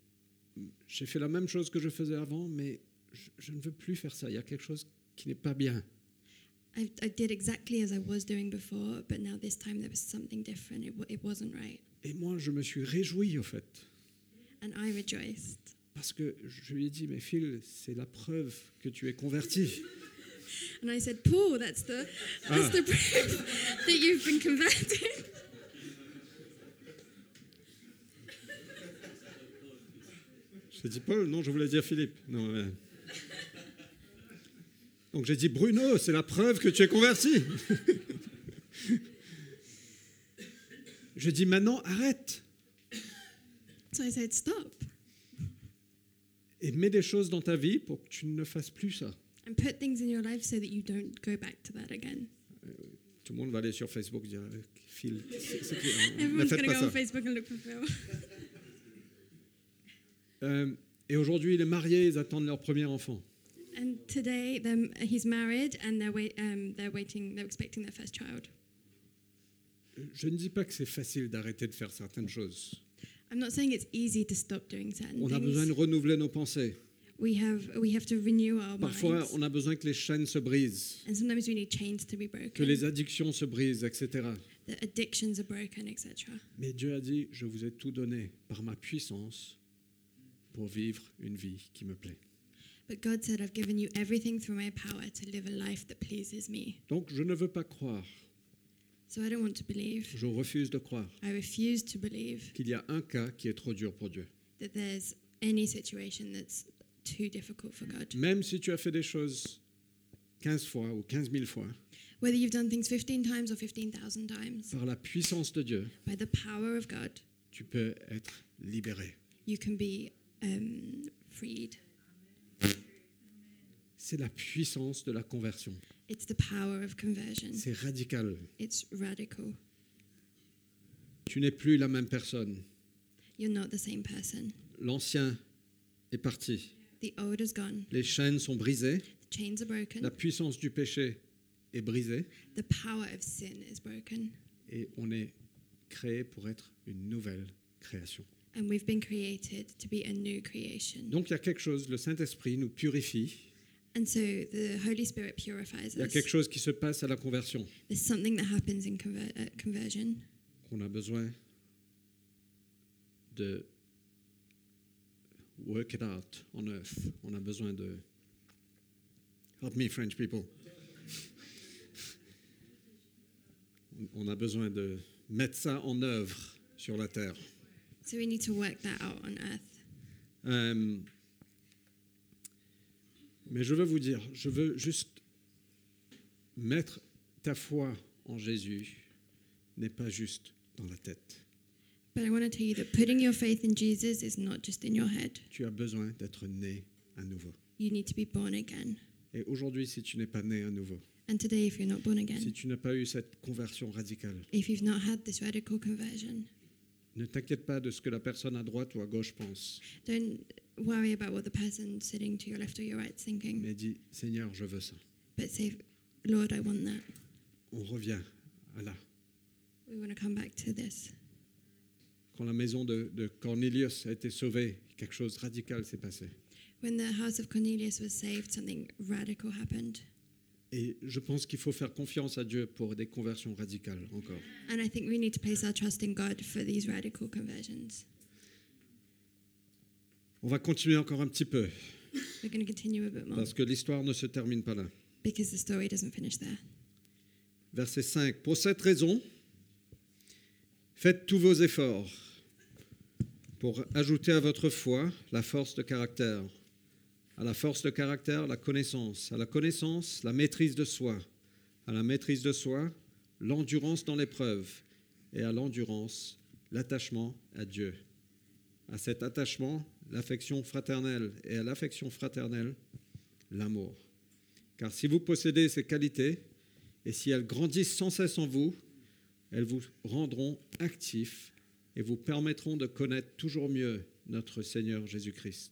j'ai fait la même chose que je faisais avant, mais je- je ne veux plus faire ça. Il y a quelque chose qui n'est pas bien.
I, I did exactly as I was doing before, but now this time there was something different. It, wa- it wasn't right.
Et moi, je me suis réjoui au fait.
And I rejoiced.
Parce que je lui ai dit, mais Phil, c'est la preuve que tu es converti.
And I said, Paul, that's the,
Ah.
that's the proof that you've been converted.
J'ai dit, Paul, non, je voulais dire Philippe. Non, mais- Donc j'ai dit, Bruno, c'est la preuve que tu es converti. je dis, maintenant, arrête
So I said, stop
et mets des choses dans ta vie pour que tu ne fasses plus ça.
and put things in your life so that you don't go back to that again.
Tout le monde va aller sur Facebook dire, euh, Phil, c'est c'est qui hein, Ne
Everyone's
faites
going to
pas
go
ça.
on Facebook and look for Phil.
Euh, et aujourd'hui, il est marié, ils attendent leur premier enfant.
And today, them he's married, and they're wait, um, they're waiting, they're expecting their first child.
Je ne dis pas que c'est facile d'arrêter de faire certaines choses.
I'm not saying it's easy to stop doing certain
On a besoin de
things.
renouveler nos pensées.
We have we have to renew our
Parfois,
minds,
on a besoin que les chaînes se brisent,
and sometimes we need chains to be broken.
que les addictions se brisent, etc.
the addictions are broken, etc.
Mais Dieu a dit, je vous ai tout donné par ma puissance pour vivre une vie qui me plaît.
But God said, "I've given you everything through my power to live a life that pleases me."
Donc, je ne veux pas croire,
So I don't want to believe.
je refuse de croire
I refuse to believe
qu'il y a un cas qui est trop dur pour Dieu.
that there's any situation that's too difficult for God.
Même si tu as fait des choses 15 fois ou 15 000 fois,
Whether you've done things 15 times or 15,000 times,
par la puissance de Dieu,
by the power of God,
tu peux être libéré.
you can be um, freed.
C'est la puissance de la conversion.
It's the power of conversion.
C'est radical.
It's radical.
Tu n'es plus la même personne.
You're not the same person.
L'ancien est parti.
The old is gone.
Les chaînes sont brisées.
The chains are broken.
La puissance du péché est brisée.
The power of sin is broken.
Et on est créé pour être une nouvelle création.
And we've been created to be a new creation.
Donc il y a quelque chose, le Saint-Esprit nous purifie.
And so the Holy Spirit purifies
Il y a
us.
quelque chose qui se passe à la conversion
There's something that happens in conver- at conversion
qu'on a besoin de work it out on earth. On a besoin de help me French people. On a besoin de mettre ça en œuvre sur la terre.
So we need to work that out on earth.
Euh, mais je veux vous dire, je veux juste mettre ta foi en Jésus n'est pas juste dans la tête.
But I want to tell you that putting your faith in Jesus is not just in your head.
Tu as besoin d'être né à nouveau.
You need to be born again.
Et aujourd'hui, si tu n'es pas né à nouveau,
And today, if you're not born
si
again,
tu n'as pas eu cette conversion radicale,
if you've not had this radical conversion,
ne t'inquiète pas de ce que la personne à droite ou à gauche pense,
don't worry about what the person sitting to your left or your right is thinking,
mais dis Seigneur, je veux ça.
but say, Lord, I want that.
On revient à là.
We want to come back to this.
Quand la maison de, de Cornelius a été sauvée, quelque chose de radical s'est passé.
When the house of Cornelius was saved, something radical happened.
Et je pense qu'il faut faire confiance à Dieu pour des conversions radicales encore.
And I think we need to place our trust in God for these radical conversions.
On va continuer encore un petit peu,
We're going to continue a bit more
parce que l'histoire ne se termine pas là.
because the story doesn't finish there.
Verset 5. Pour cette raison, faites tous vos efforts pour ajouter à votre foi la force de caractère, à la force de caractère la connaissance, à la connaissance la maîtrise de soi, à la maîtrise de soi l'endurance dans l'épreuve, et à l'endurance l'attachement à Dieu, à cet attachement l'affection fraternelle, et à l'affection fraternelle l'amour. Car si vous possédez ces qualités, et si elles grandissent sans cesse en vous, elles vous rendront actifs et vous permettront de connaître toujours mieux notre Seigneur Jésus-Christ.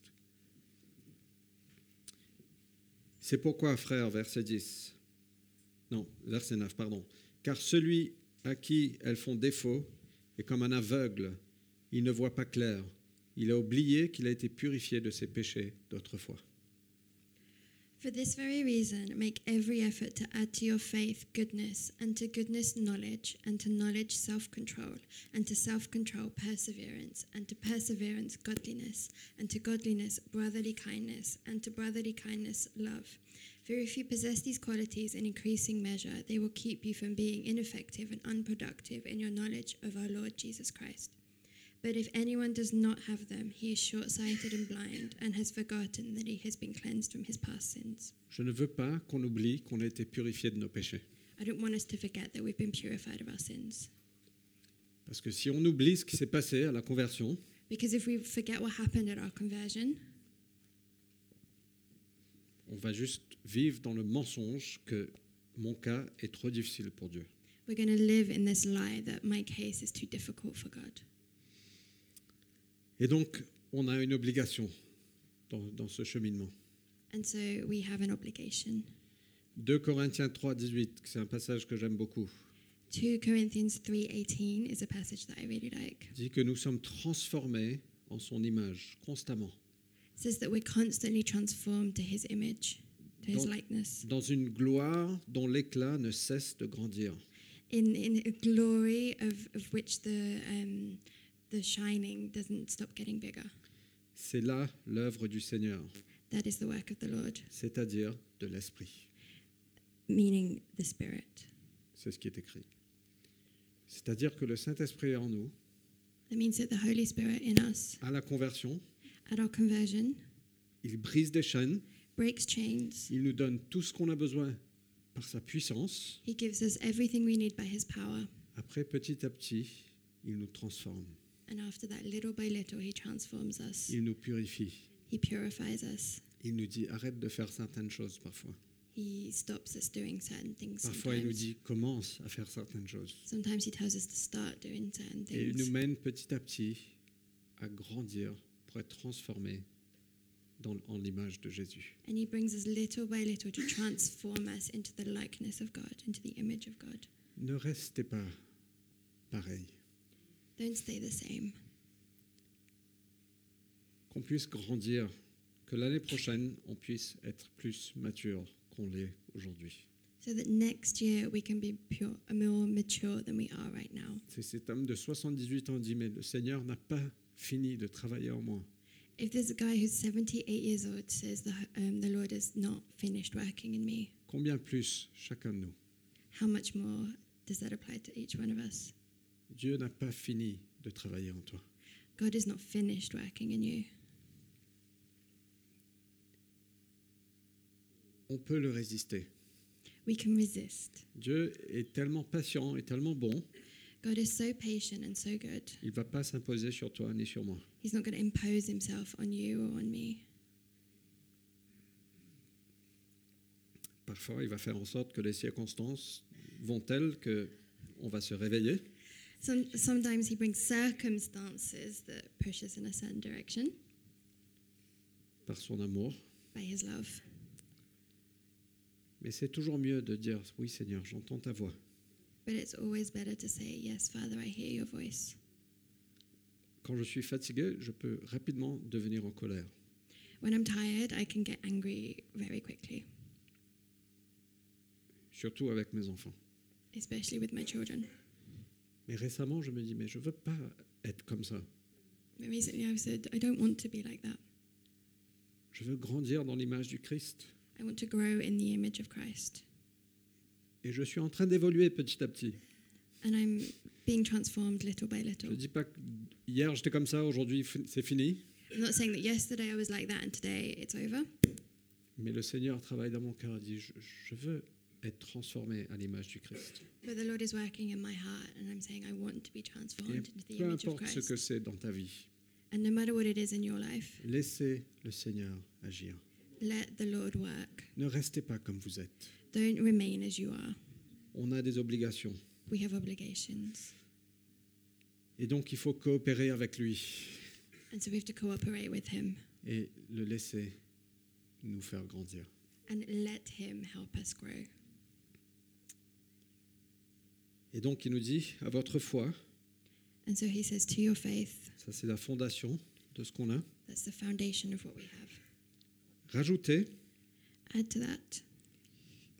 C'est pourquoi, frères, verset 10, non, verset 9, pardon, car celui à qui elles font défaut est comme un aveugle, il ne voit pas clair, il a oublié qu'il a été purifié de ses péchés d'autrefois.
For this very reason, make every effort to add to your faith goodness, and to goodness, knowledge, and to knowledge, self control, and to self control, perseverance, and to perseverance, godliness, and to godliness, brotherly kindness, and to brotherly kindness, love. For if you possess these qualities in increasing measure, they will keep you from being ineffective and unproductive in your knowledge of our Lord Jesus Christ. But if anyone does not have them, he is short sighted and blind, and has forgotten that he has been cleansed from his past sins.
Je ne veux pas qu'on oublie qu'on a été purifié de nos péchés.
I don't want us to forget that we've been purified of our sins.
Parce que si on oublie ce qui s'est passé à la conversion,
Because if we forget what happened at our conversion,
on va juste vivre dans le mensonge que mon cas est trop difficile pour Dieu.
we're going to live in this lie that my case is too difficult for God.
Et donc, on a une obligation dans, dans ce cheminement.
And so we have an obligation.
2 Corinthiens 3, 18, c'est un passage que j'aime beaucoup,
2 Corinthians 3:18 is a passage that I really like.
dit que nous sommes transformés en son image constamment,
It says that we're constantly transformed to his image, to his
Dans-
likeness,
dans une gloire dont l'éclat ne cesse de grandir.
in in a glory of, of which the um, the shining doesn't stop getting bigger.
C'est là l'œuvre du Seigneur,
That is the work of the Lord,
c'est-à-dire de l'Esprit.
meaning the Spirit.
C'est ce qui est écrit. C'est-à-dire que le Saint-Esprit est en nous,
That means that the Holy Spirit in us
à la conversion,
at our conversion
il brise des chaînes,
breaks chains.
il nous donne tout ce qu'on a besoin par sa puissance.
He gives us everything we need by His power.
Après, petit à petit, il nous transforme,
And after that, little by little, He transforms us.
il nous purifie.
He purifies us.
Il nous dit arrête de faire certaines choses parfois.
He stops us doing certain things.
Parfois, il nous
Sometimes.
dit commence à faire certaines choses.
sometimes He tells us to start doing certain
Et il
things.
nous mène petit à petit à grandir pour être transformés dans, en l'image de Jésus.
And He brings us little by little to transform us into the likeness of God, into the image of God.
Ne restez pas pareil.
Don't stay the same.
Qu'on puisse grandir, que l'année prochaine, on puisse être plus mature qu'on l'est aujourd'hui.
So that next year we can be pure, more mature than we are right now.
C'est cet homme de 78 ans dit, mais le Seigneur n'a pas fini de travailler en moi.
If there's a guy who's 78 years old says the, um, the Lord has not finished working in me,
Combien plus chacun de nous
how much more does that apply to each one of us?
Dieu n'a pas fini de travailler en toi.
God is not finished working in you.
On peut le résister.
We can resist.
Dieu est tellement patient et tellement bon,
God is so patient and so good.
il ne va pas s'imposer sur toi ni sur moi.
He's not going to impose himself on you or on me.
Parfois, il va faire en sorte que les circonstances vont telles que on va se réveiller
Some, sometimes he brings circumstances that push us in a certain direction
par son amour.
by his love.
Mais c'est toujours mieux de dire oui Seigneur, j'entends ta voix.
But it's always better to say, Yes, Father, I hear your voice.
Quand je suis fatigué, je peux rapidement devenir en colère.
When I'm tired, I can get angry very quickly,
surtout avec mes enfants.
especially with my children.
Mais récemment, je me dis, mais je veux pas être comme ça.
But recently, I've said, I don't want to be like that.
Je veux grandir dans l'image du Christ.
I want to grow in the image of Christ.
Et je suis en train d'évoluer petit à petit.
And I'm being transformed little by
Je
little.
ne dis pas que hier j'étais comme ça, aujourd'hui fi- c'est fini.
I'm not saying that yesterday I was like that and today it's over,
Mais le Seigneur travaille dans mon cœur et dit, je, je veux être transformé à l'image du Christ.
but the Lord is working in my heart and I'm saying I want to be transformed
Et
into the
peu
image of
importe ce
Christ.
que c'est dans ta vie,
And no matter what it is in your life,
laissez le Seigneur agir.
let the Lord work.
Ne restez pas comme vous êtes.
Don't remain as you are.
On a des obligations.
We have obligations.
Et donc il faut coopérer avec lui
And so we have to cooperate with Him
et le laisser nous faire grandir.
and let Him help us grow.
Et donc il nous dit, à votre foi,
And so He says, To your faith,
ça c'est la fondation de ce qu'on a,
that's the foundation of what we have.
rajoutez
Add to that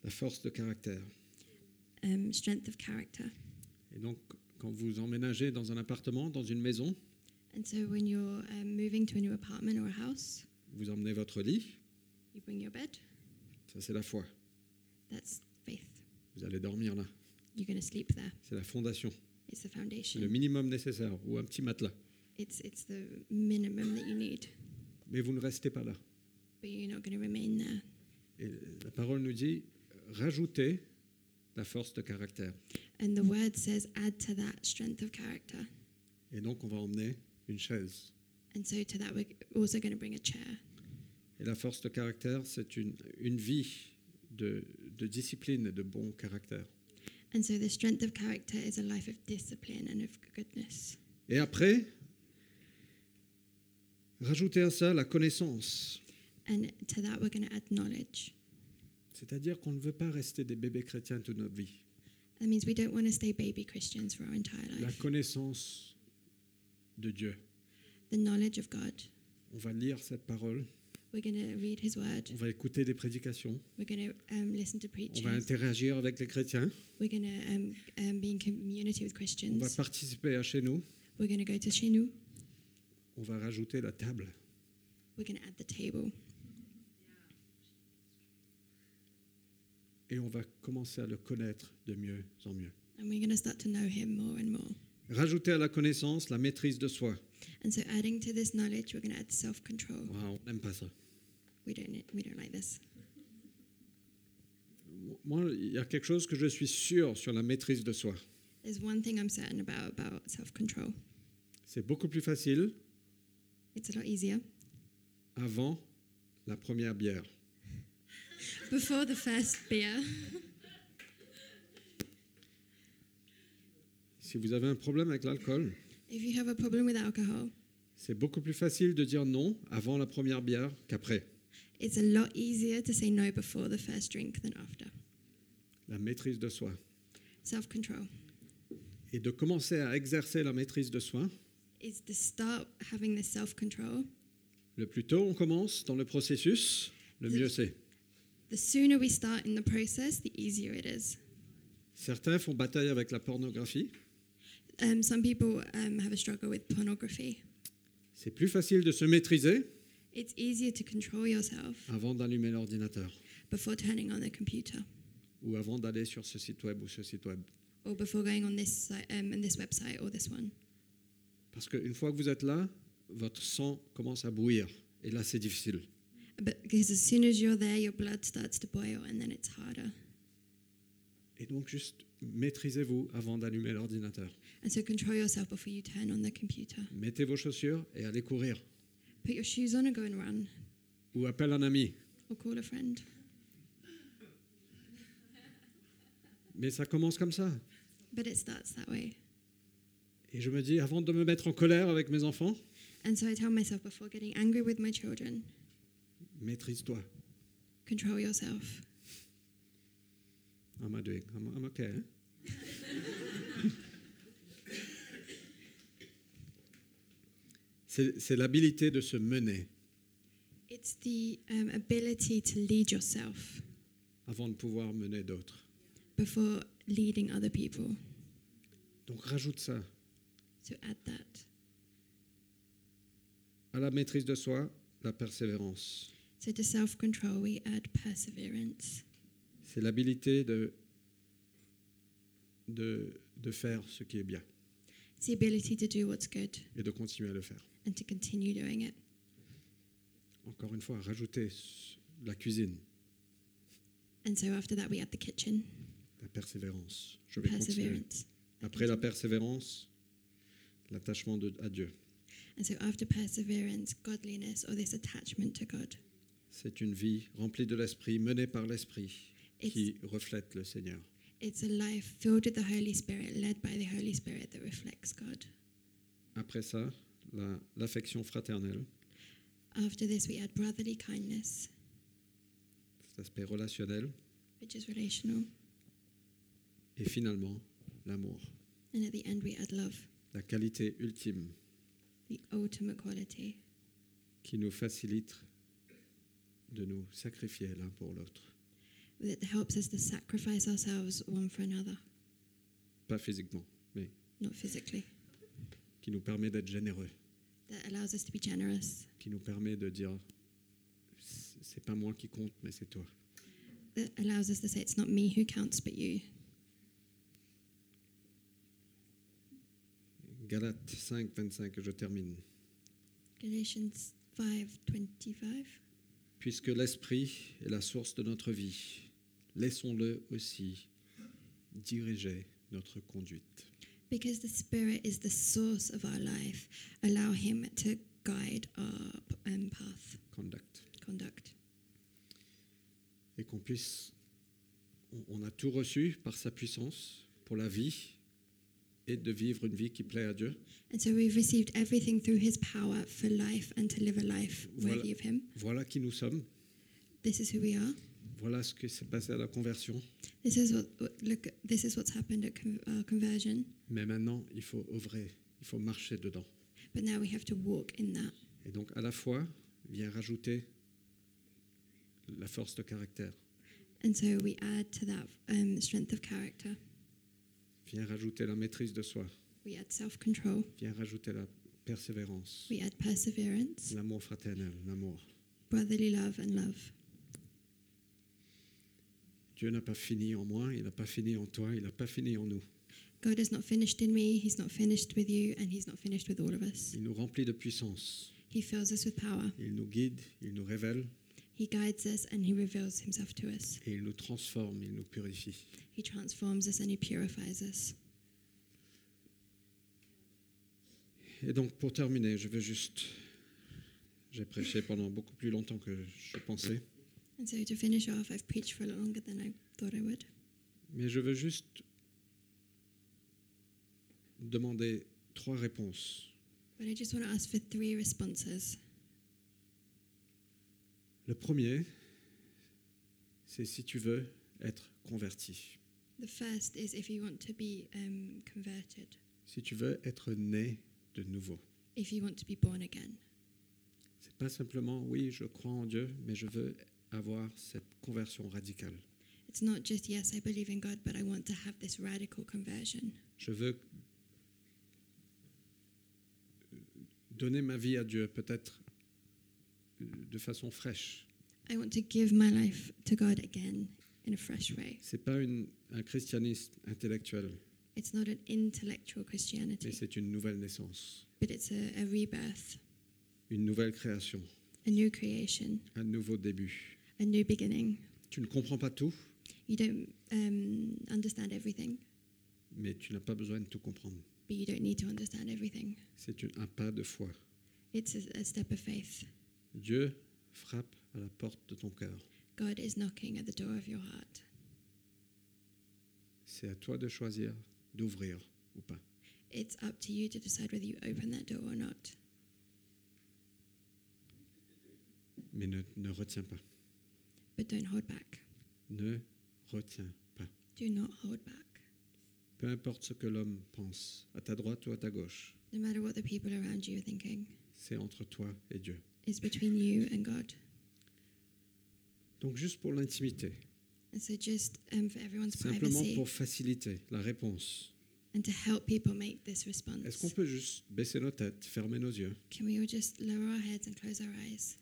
la force de caractère.
um, strength of character.
Et donc quand vous emménagez dans un appartement, dans une maison,
And so when you're um, moving to a new apartment or a house,
vous emmenez votre lit,
you bring your bed.
ça c'est la foi.
That's faith.
Vous allez dormir là,
You're going to sleep there.
c'est la fondation,
It's the
c'est le
foundation.
minimum nécessaire, ou un petit matelas.
It's, it's the minimum that you need,
Mais vous ne restez pas là.
but you're not going to remain there.
Et la parole nous dit, rajoutez la force de caractère.
And the word says, add to that strength of character.
Et donc on va emmener une chaise.
And so to that, we're also going to bring a chair.
Et la force de caractère, c'est une, une vie de, de discipline et de bon caractère.
And so the strength of character is a life of discipline and of goodness.
Et après, rajoutez à ça la connaissance.
And to that, we're going to add knowledge.
C'est-à-dire qu'on ne veut pas rester des bébés chrétiens toute notre vie.
That means we don't want to stay baby Christians for our entire
La
life.
connaissance de Dieu.
The knowledge of God.
On va lire cette parole,
We're going to read His Word.
on va écouter des prédications,
We're going to um, listen to
on va
preachers.
interagir avec les chrétiens,
We're going to um, um, be in community with
on va
Christians.
participer à chez nous,
We're going to go to Shenu.
on va rajouter la table.
We're going to add the table.
Et on va commencer à le connaître de mieux en mieux.
And we're going to start to know Him more and more.
Rajouter à la connaissance la maîtrise de soi.
And so, adding to this knowledge, we're going to add self control.
Waouh, on n'aime pas ça.
we don't we don't like this.
Moi, il y a quelque chose que je suis sûr sur la maîtrise de soi.
There's one thing I'm certain about about self-control.
C'est beaucoup plus facile
It's a lot easier
avant la première bière.
before the first beer.
Si vous avez un problème avec l'alcool,
If you have a problem with alcohol,
c'est beaucoup plus facile de dire non avant la première bière qu'après.
it's a lot easier to say no before the first drink than after.
La maîtrise de soi.
Self-control
Et de commencer à exercer la maîtrise de soi,
is to start having this self-control.
le plus tôt on commence dans le processus, le mieux c'est.
The sooner we start in the process, the easier it is.
Certains font bataille avec la pornographie.
Um, some people um, have a struggle with pornography.
C'est plus facile de se maîtriser
It's easier to control yourself
avant d'allumer l'ordinateur
before turning on the computer
ou avant d'aller sur ce site web ou ce site web.
or before going on this site um, and this website or this one.
Parce qu'une fois que vous êtes là, votre sang commence à bouillir. Et là, c'est difficile.
But because as soon as you're there, your blood starts to boil and then it's harder.
Et donc, juste maîtrisez-vous avant d'allumer l'ordinateur.
And so control yourself before you turn on the computer.
Mettez vos chaussures et allez courir.
Put your shoes on and go and run
Ou appelle un ami.
or call a friend.
Mais ça commence comme ça.
But it starts that way.
Et je me dis, avant de me mettre en colère avec mes enfants,
And so I tell myself before getting angry with my children,
maîtrise-toi.
control yourself.
I'm doing. I'm, I'm okay. hein? C'est c'est l'habilité de se mener
It's the um, ability to lead yourself
avant de pouvoir mener d'autres.
before leading other people.
Donc rajoute ça
So add that.
à la maîtrise de soi, la persévérance.
So to self control, we add perseverance.
C'est l'habilité de, de, de faire ce qui est bien
It's the ability to do what's good
et de continuer à le faire.
and to continue doing it.
Encore une fois, rajouter s- la cuisine,
And so after that, we add the kitchen,
la persévérance. Je vais continuer.
perseverance.
Après la persévérance, l'attachement de- à Dieu.
And so after perseverance, godliness or this attachment to God.
C'est une vie remplie de l'esprit, menée par l'esprit,
It's,
qui reflète le Seigneur.
it's a life filled with the Holy Spirit, led by the Holy Spirit that reflects God.
Après ça, la- l'affection fraternelle,
After this, we add brotherly kindness,
cet aspect relationnel,
which is relational.
et finalement, l'amour,
And at the end, we add love,
la qualité ultime
the ultimate quality
qui nous facilite de nous sacrifier l'un pour l'autre.
that helps us to sacrifice ourselves one for another,
Pas physiquement, mais
not physically,
qui nous permet d'être généreux,
that allows us to be generous,
qui nous permet de dire c'est pas moi qui compte, mais c'est toi.
that allows us to say, It's not me who counts, but you.
Galates 5, 25, et je termine.
Galatians 5:25.
Puisque l'Esprit est la source de notre vie, laissons-le aussi diriger notre conduite.
Because the Spirit is the source of our life, allow Him to guide our um, path,
Conduct.
conduct.
Et qu'on puisse, on- on a tout reçu par sa puissance pour la vie et de vivre une vie qui plaît à Dieu.
And so we've received everything through His power for life and to live a life
Voilà.
worthy of Him.
Voilà qui nous sommes.
This is who we are.
Voilà ce qui s'est passé à la conversion.
This is what what- look. This is what's happened at con- our conversion.
Mais maintenant, il faut œuvrer, il faut marcher dedans.
But now we have to walk in that.
Et donc, à la fois, vient rajouter la force de caractère,
And so we add to that um, strength of character.
vient rajouter la maîtrise de soi,
We add self control.
vient rajouter la persévérance.
We add perseverance,
L'amour fraternel, l'amour.
brotherly love, and love.
Dieu n'a pas fini en moi, il n'a pas fini en toi, il n'a pas fini en nous.
God is not finished in me. He's not finished with you, and He's not finished with all of us.
Il nous remplit de puissance.
He fills us with power.
Il nous guide, il nous révèle,
He guides us and he reveals himself to us.
et il nous transforme, il nous purifie.
He transforms us and he purifies us.
Et donc pour terminer, je veux juste... J'ai prêché pendant beaucoup plus longtemps que je pensais,
And so to finish off, I've preached for a lot longer than I thought I would.
mais je veux juste demander trois réponses.
But I just want to ask for three responses.
Le premier, c'est si tu veux être converti,
The first is if you want to be um, converted,
si tu veux être né de nouveau.
if you want to be born again.
C'est pas simplement oui, je crois en Dieu, mais je veux avoir cette conversion radicale.
It's not just, yes, I believe in God, but I want to have this radical conversion.
Je veux donner ma vie à Dieu, peut-être euh, de façon fraîche.
I want to give my life to God again in a fresh way.
C'est pas une- un christianisme intellectuel,
It's not an intellectual
mais
Christianity,
c'est une nouvelle naissance,
but it's a, a rebirth,
une nouvelle création,
a new creation,
un nouveau début.
a new beginning.
Tu ne comprends pas tout,
You don't um, understand everything,
mais tu n'as pas besoin de tout comprendre.
but you don't need to understand everything.
C'est une- un pas de foi.
It's a, a step of faith.
Dieu frappe à la porte de ton cœur.
God is knocking at the door of your heart.
C'est à toi de choisir d'ouvrir ou pas.
It's up to you to decide whether you open that door or not.
Mais ne, ne retiens pas.
But don't hold back.
Ne retiens pas.
Do not hold back.
Peu importe ce que l'homme pense, à ta droite ou à ta gauche,
No matter what the people around you are thinking,
c'est entre toi et Dieu.
it's between you and God.
Donc juste pour l'intimité,
And so, just um, for everyone's
simplement
privacy
pour faciliter la réponse.
and to help people make this
Est-ce
response,
qu'on peut juste baisser nos têtes, fermer nos yeux
can we all just lower our heads and close our eyes?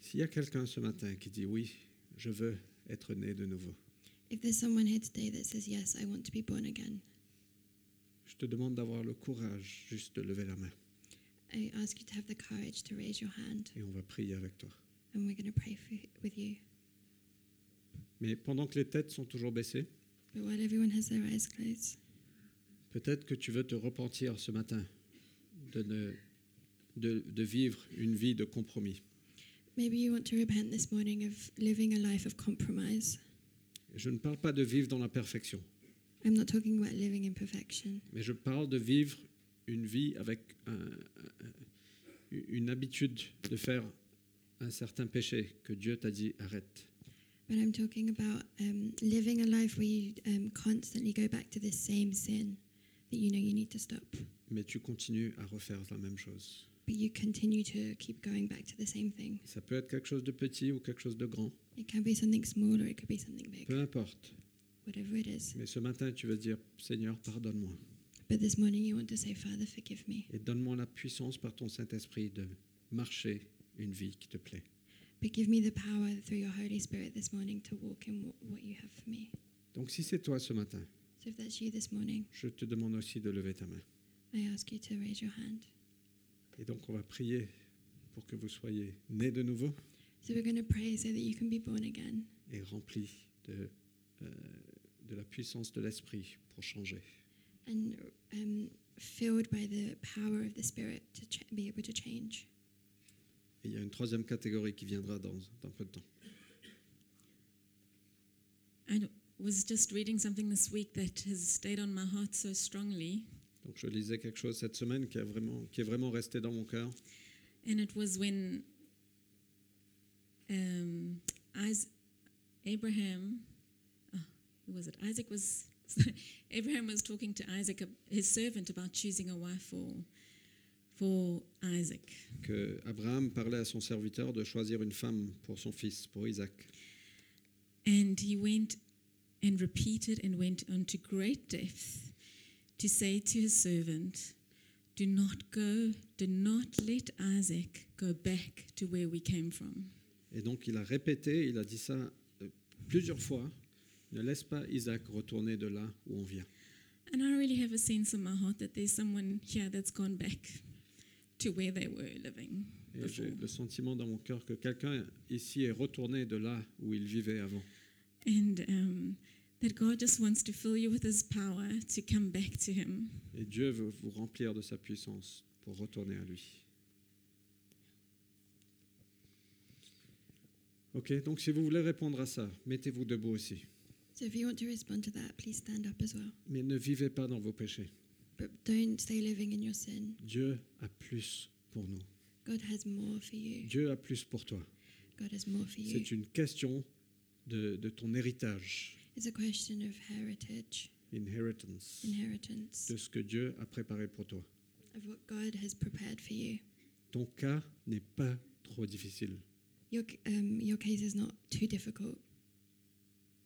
S'il y a quelqu'un ce matin qui dit oui, je veux être né de nouveau,
If there's someone here today that says, Yes, I want to be born again,
je te demande d'avoir le courage juste de lever la main
I ask you to have the courage to raise your hand
et on va prier avec toi.
and we're going to pray for, with you.
Mais pendant que les têtes sont toujours baissées,
But while everyone has their eyes closed,
peut-être que tu veux te repentir ce matin de, ne- de- de vivre une vie de compromis.
maybe you want to repent this morning of living a life of compromise.
Je ne parle pas de vivre dans la perfection,
I'm not talking about living in perfection,
mais je parle de vivre une vie avec un- un- une habitude de faire un certain péché que Dieu t'a dit arrête.
but I'm talking about um, living a life where you um, constantly go back to the same sin that you know you need to stop,
Mais tu continues à refaire la même chose.
but you continue to keep going back to the same thing.
Ça peut être quelque chose de petit ou quelque chose de grand,
It can be something small or it could be something big,
peu importe.
whatever it is.
Mais ce matin, tu veux dire Seigneur, pardonne-moi
But this morning you want to say, Father, forgive me,
et donne-moi la puissance par ton Saint-Esprit de marcher une vie qui te plaît.
but give me the power through your Holy Spirit this morning to walk in what, what you have for me.
Donc si c'est toi ce matin,
So if that's you this morning,
je te demande aussi de lever ta main.
I ask you to raise your hand.
Et donc on va prier pour que vous soyez nés de nouveau
So we're going to pray so that you can be born again
et remplis de, euh, de la puissance de l'Esprit pour changer.
and um, filled by the power of the Spirit to ch- be able to change.
Et il y a une troisième catégorie qui viendra dans, dans peu de temps.
I was just reading something this week that has stayed on my heart so strongly,
Donc je lisais quelque chose cette semaine qui, a vraiment, qui est vraiment resté dans mon cœur.
and it was when um, Is Abraham, oh, who was it? Isaac was Abraham was talking to Isaac, his servant, about choosing a wife for for Isaac,
que Abraham parlait à son serviteur de choisir une femme pour son fils, pour Isaac.
and he went and repeated and went on to great depth to say to his servant. Do not go, do not let Isaac go back to where we came from.
Et donc il a répété, il a dit ça euh, plusieurs fois, ne laisse pas Isaac retourner de là où on vient.
And I really have a sense in my heart that there's someone here that's gone back to where they were living
Et j'ai
before.
le sentiment dans mon cœur que quelqu'un ici est retourné de là où il vivait avant.
And um, that God just wants to fill you with His power to come back to Him.
Et Dieu veut vous remplir de sa puissance pour retourner à lui. Ok, donc si vous voulez répondre à ça, mettez-vous debout aussi.
So if you want to respond to that, please stand up as well.
Mais ne vivez pas dans vos péchés.
But don't stay living in your sin.
Dieu a plus pour nous.
God has more for you.
Dieu a plus pour toi.
God has more for you.
C'est une question de, de ton héritage,
It's a question of heritage,
inheritance,
inheritance,
de ce que Dieu a préparé pour toi.
of what God has prepared for you.
Ton cas n'est pas trop difficile.
Your c- um, your case is not too difficult.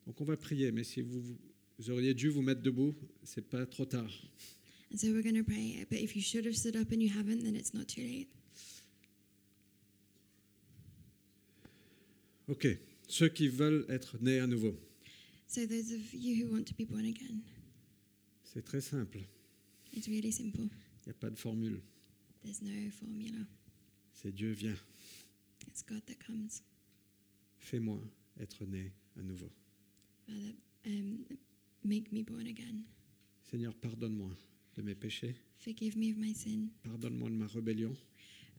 Donc on va prier, mais si vous, vous auriez dû vous mettre debout, c'est pas trop tard.
And so we're going to pray. But if you should have stood up and you haven't, then it's not too late.
Ok, ceux qui veulent être nés à nouveau,
So those of you who want to be born again,
c'est très simple.
it's really simple.
Il n'y a pas de formule.
There's no formula.
C'est Dieu vient,
It's God that comes.
fais-moi être né à nouveau.
Father, um, make me born again.
Seigneur, pardonne-moi de mes péchés,
Forgive me of my sin.
pardonne-moi de ma rébellion,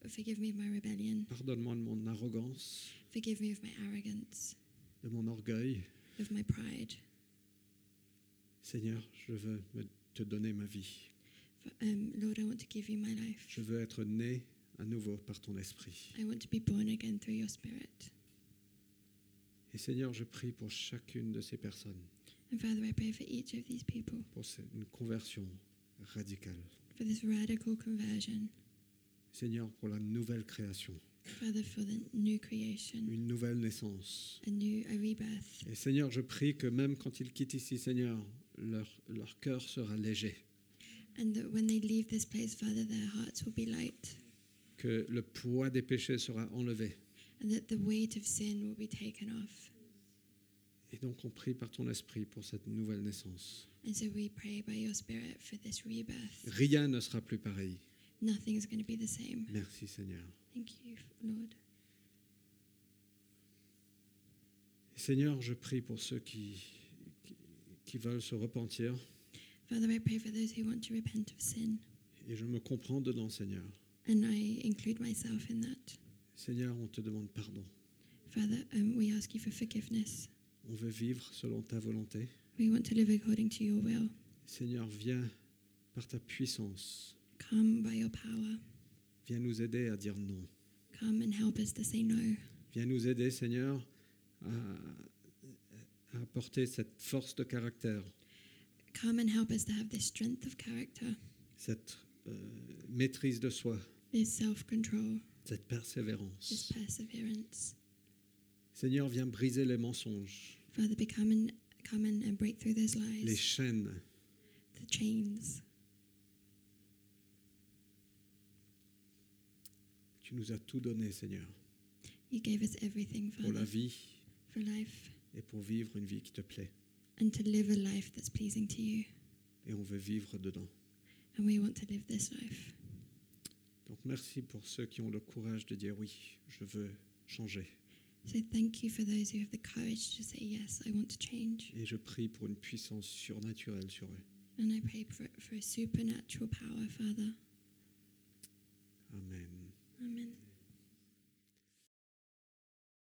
Forgive me of my rebellion.
pardonne-moi de mon arrogance,
Forgive me of my arrogance,
de mon orgueil.
of my pride.
Seigneur, je veux me- te donner ma vie.
For, um, Lord, I want to give you my life.
Je veux être né à nouveau par ton esprit.
I want to be born again through your spirit.
Et Seigneur, je prie pour chacune de ces personnes,
And Father, I pray for each of these people
pour ce- une conversion radicale.
for this radical conversion.
Seigneur, pour la nouvelle création,
Father, for the new creation,
une nouvelle naissance.
a new a rebirth.
Et Seigneur, je prie que même quand ils quittent ici, Seigneur, leur, leur cœur sera léger,
And that when they leave this place, Father, their hearts will be light.
que le poids des péchés sera enlevé.
And that the weight of sin will be taken off.
Et donc on prie par ton esprit pour cette nouvelle naissance.
And so we pray by your spirit for this rebirth.
Rien ne sera plus pareil.
Nothing is going to be the same.
Merci Seigneur.
Thank you, Lord.
Et Seigneur, je prie pour ceux qui, qui, qui veulent se repentir.
Father, I pray for those who want to repent of sin.
Et je me comprends dedans, Seigneur.
And I include myself in that.
Seigneur, on te demande pardon.
Father, um, we ask you for forgiveness.
On veut vivre selon ta volonté.
We want to live according to your will.
Seigneur, viens par ta puissance.
Come by your power.
Viens nous aider à dire non.
Come and help us to say no.
Viens nous aider, Seigneur, à, à apporter cette force de caractère,
Come and help us to have this strength of character,
cette euh, maîtrise de soi,
this self control,
cette
this
persévérance.
perseverance.
Seigneur, viens briser les mensonges,
Father, be come and come in and break through those lies,
les chaînes.
the chains.
Tu nous as tout donné, Seigneur,
You gave us everything,
pour la
Father,
vie
for life
et pour vivre une vie qui te plaît.
and to live a life that's pleasing to you.
Et on veut vivre dedans.
And we want to live this life.
Donc merci pour ceux qui ont le courage de dire oui, je veux changer.
So thank you for those who have the courage to say, Yes, I want to change.
Et je prie pour une puissance surnaturelle sur eux.
And I pray for, for a supernatural power, Father.
Amen.
Amen.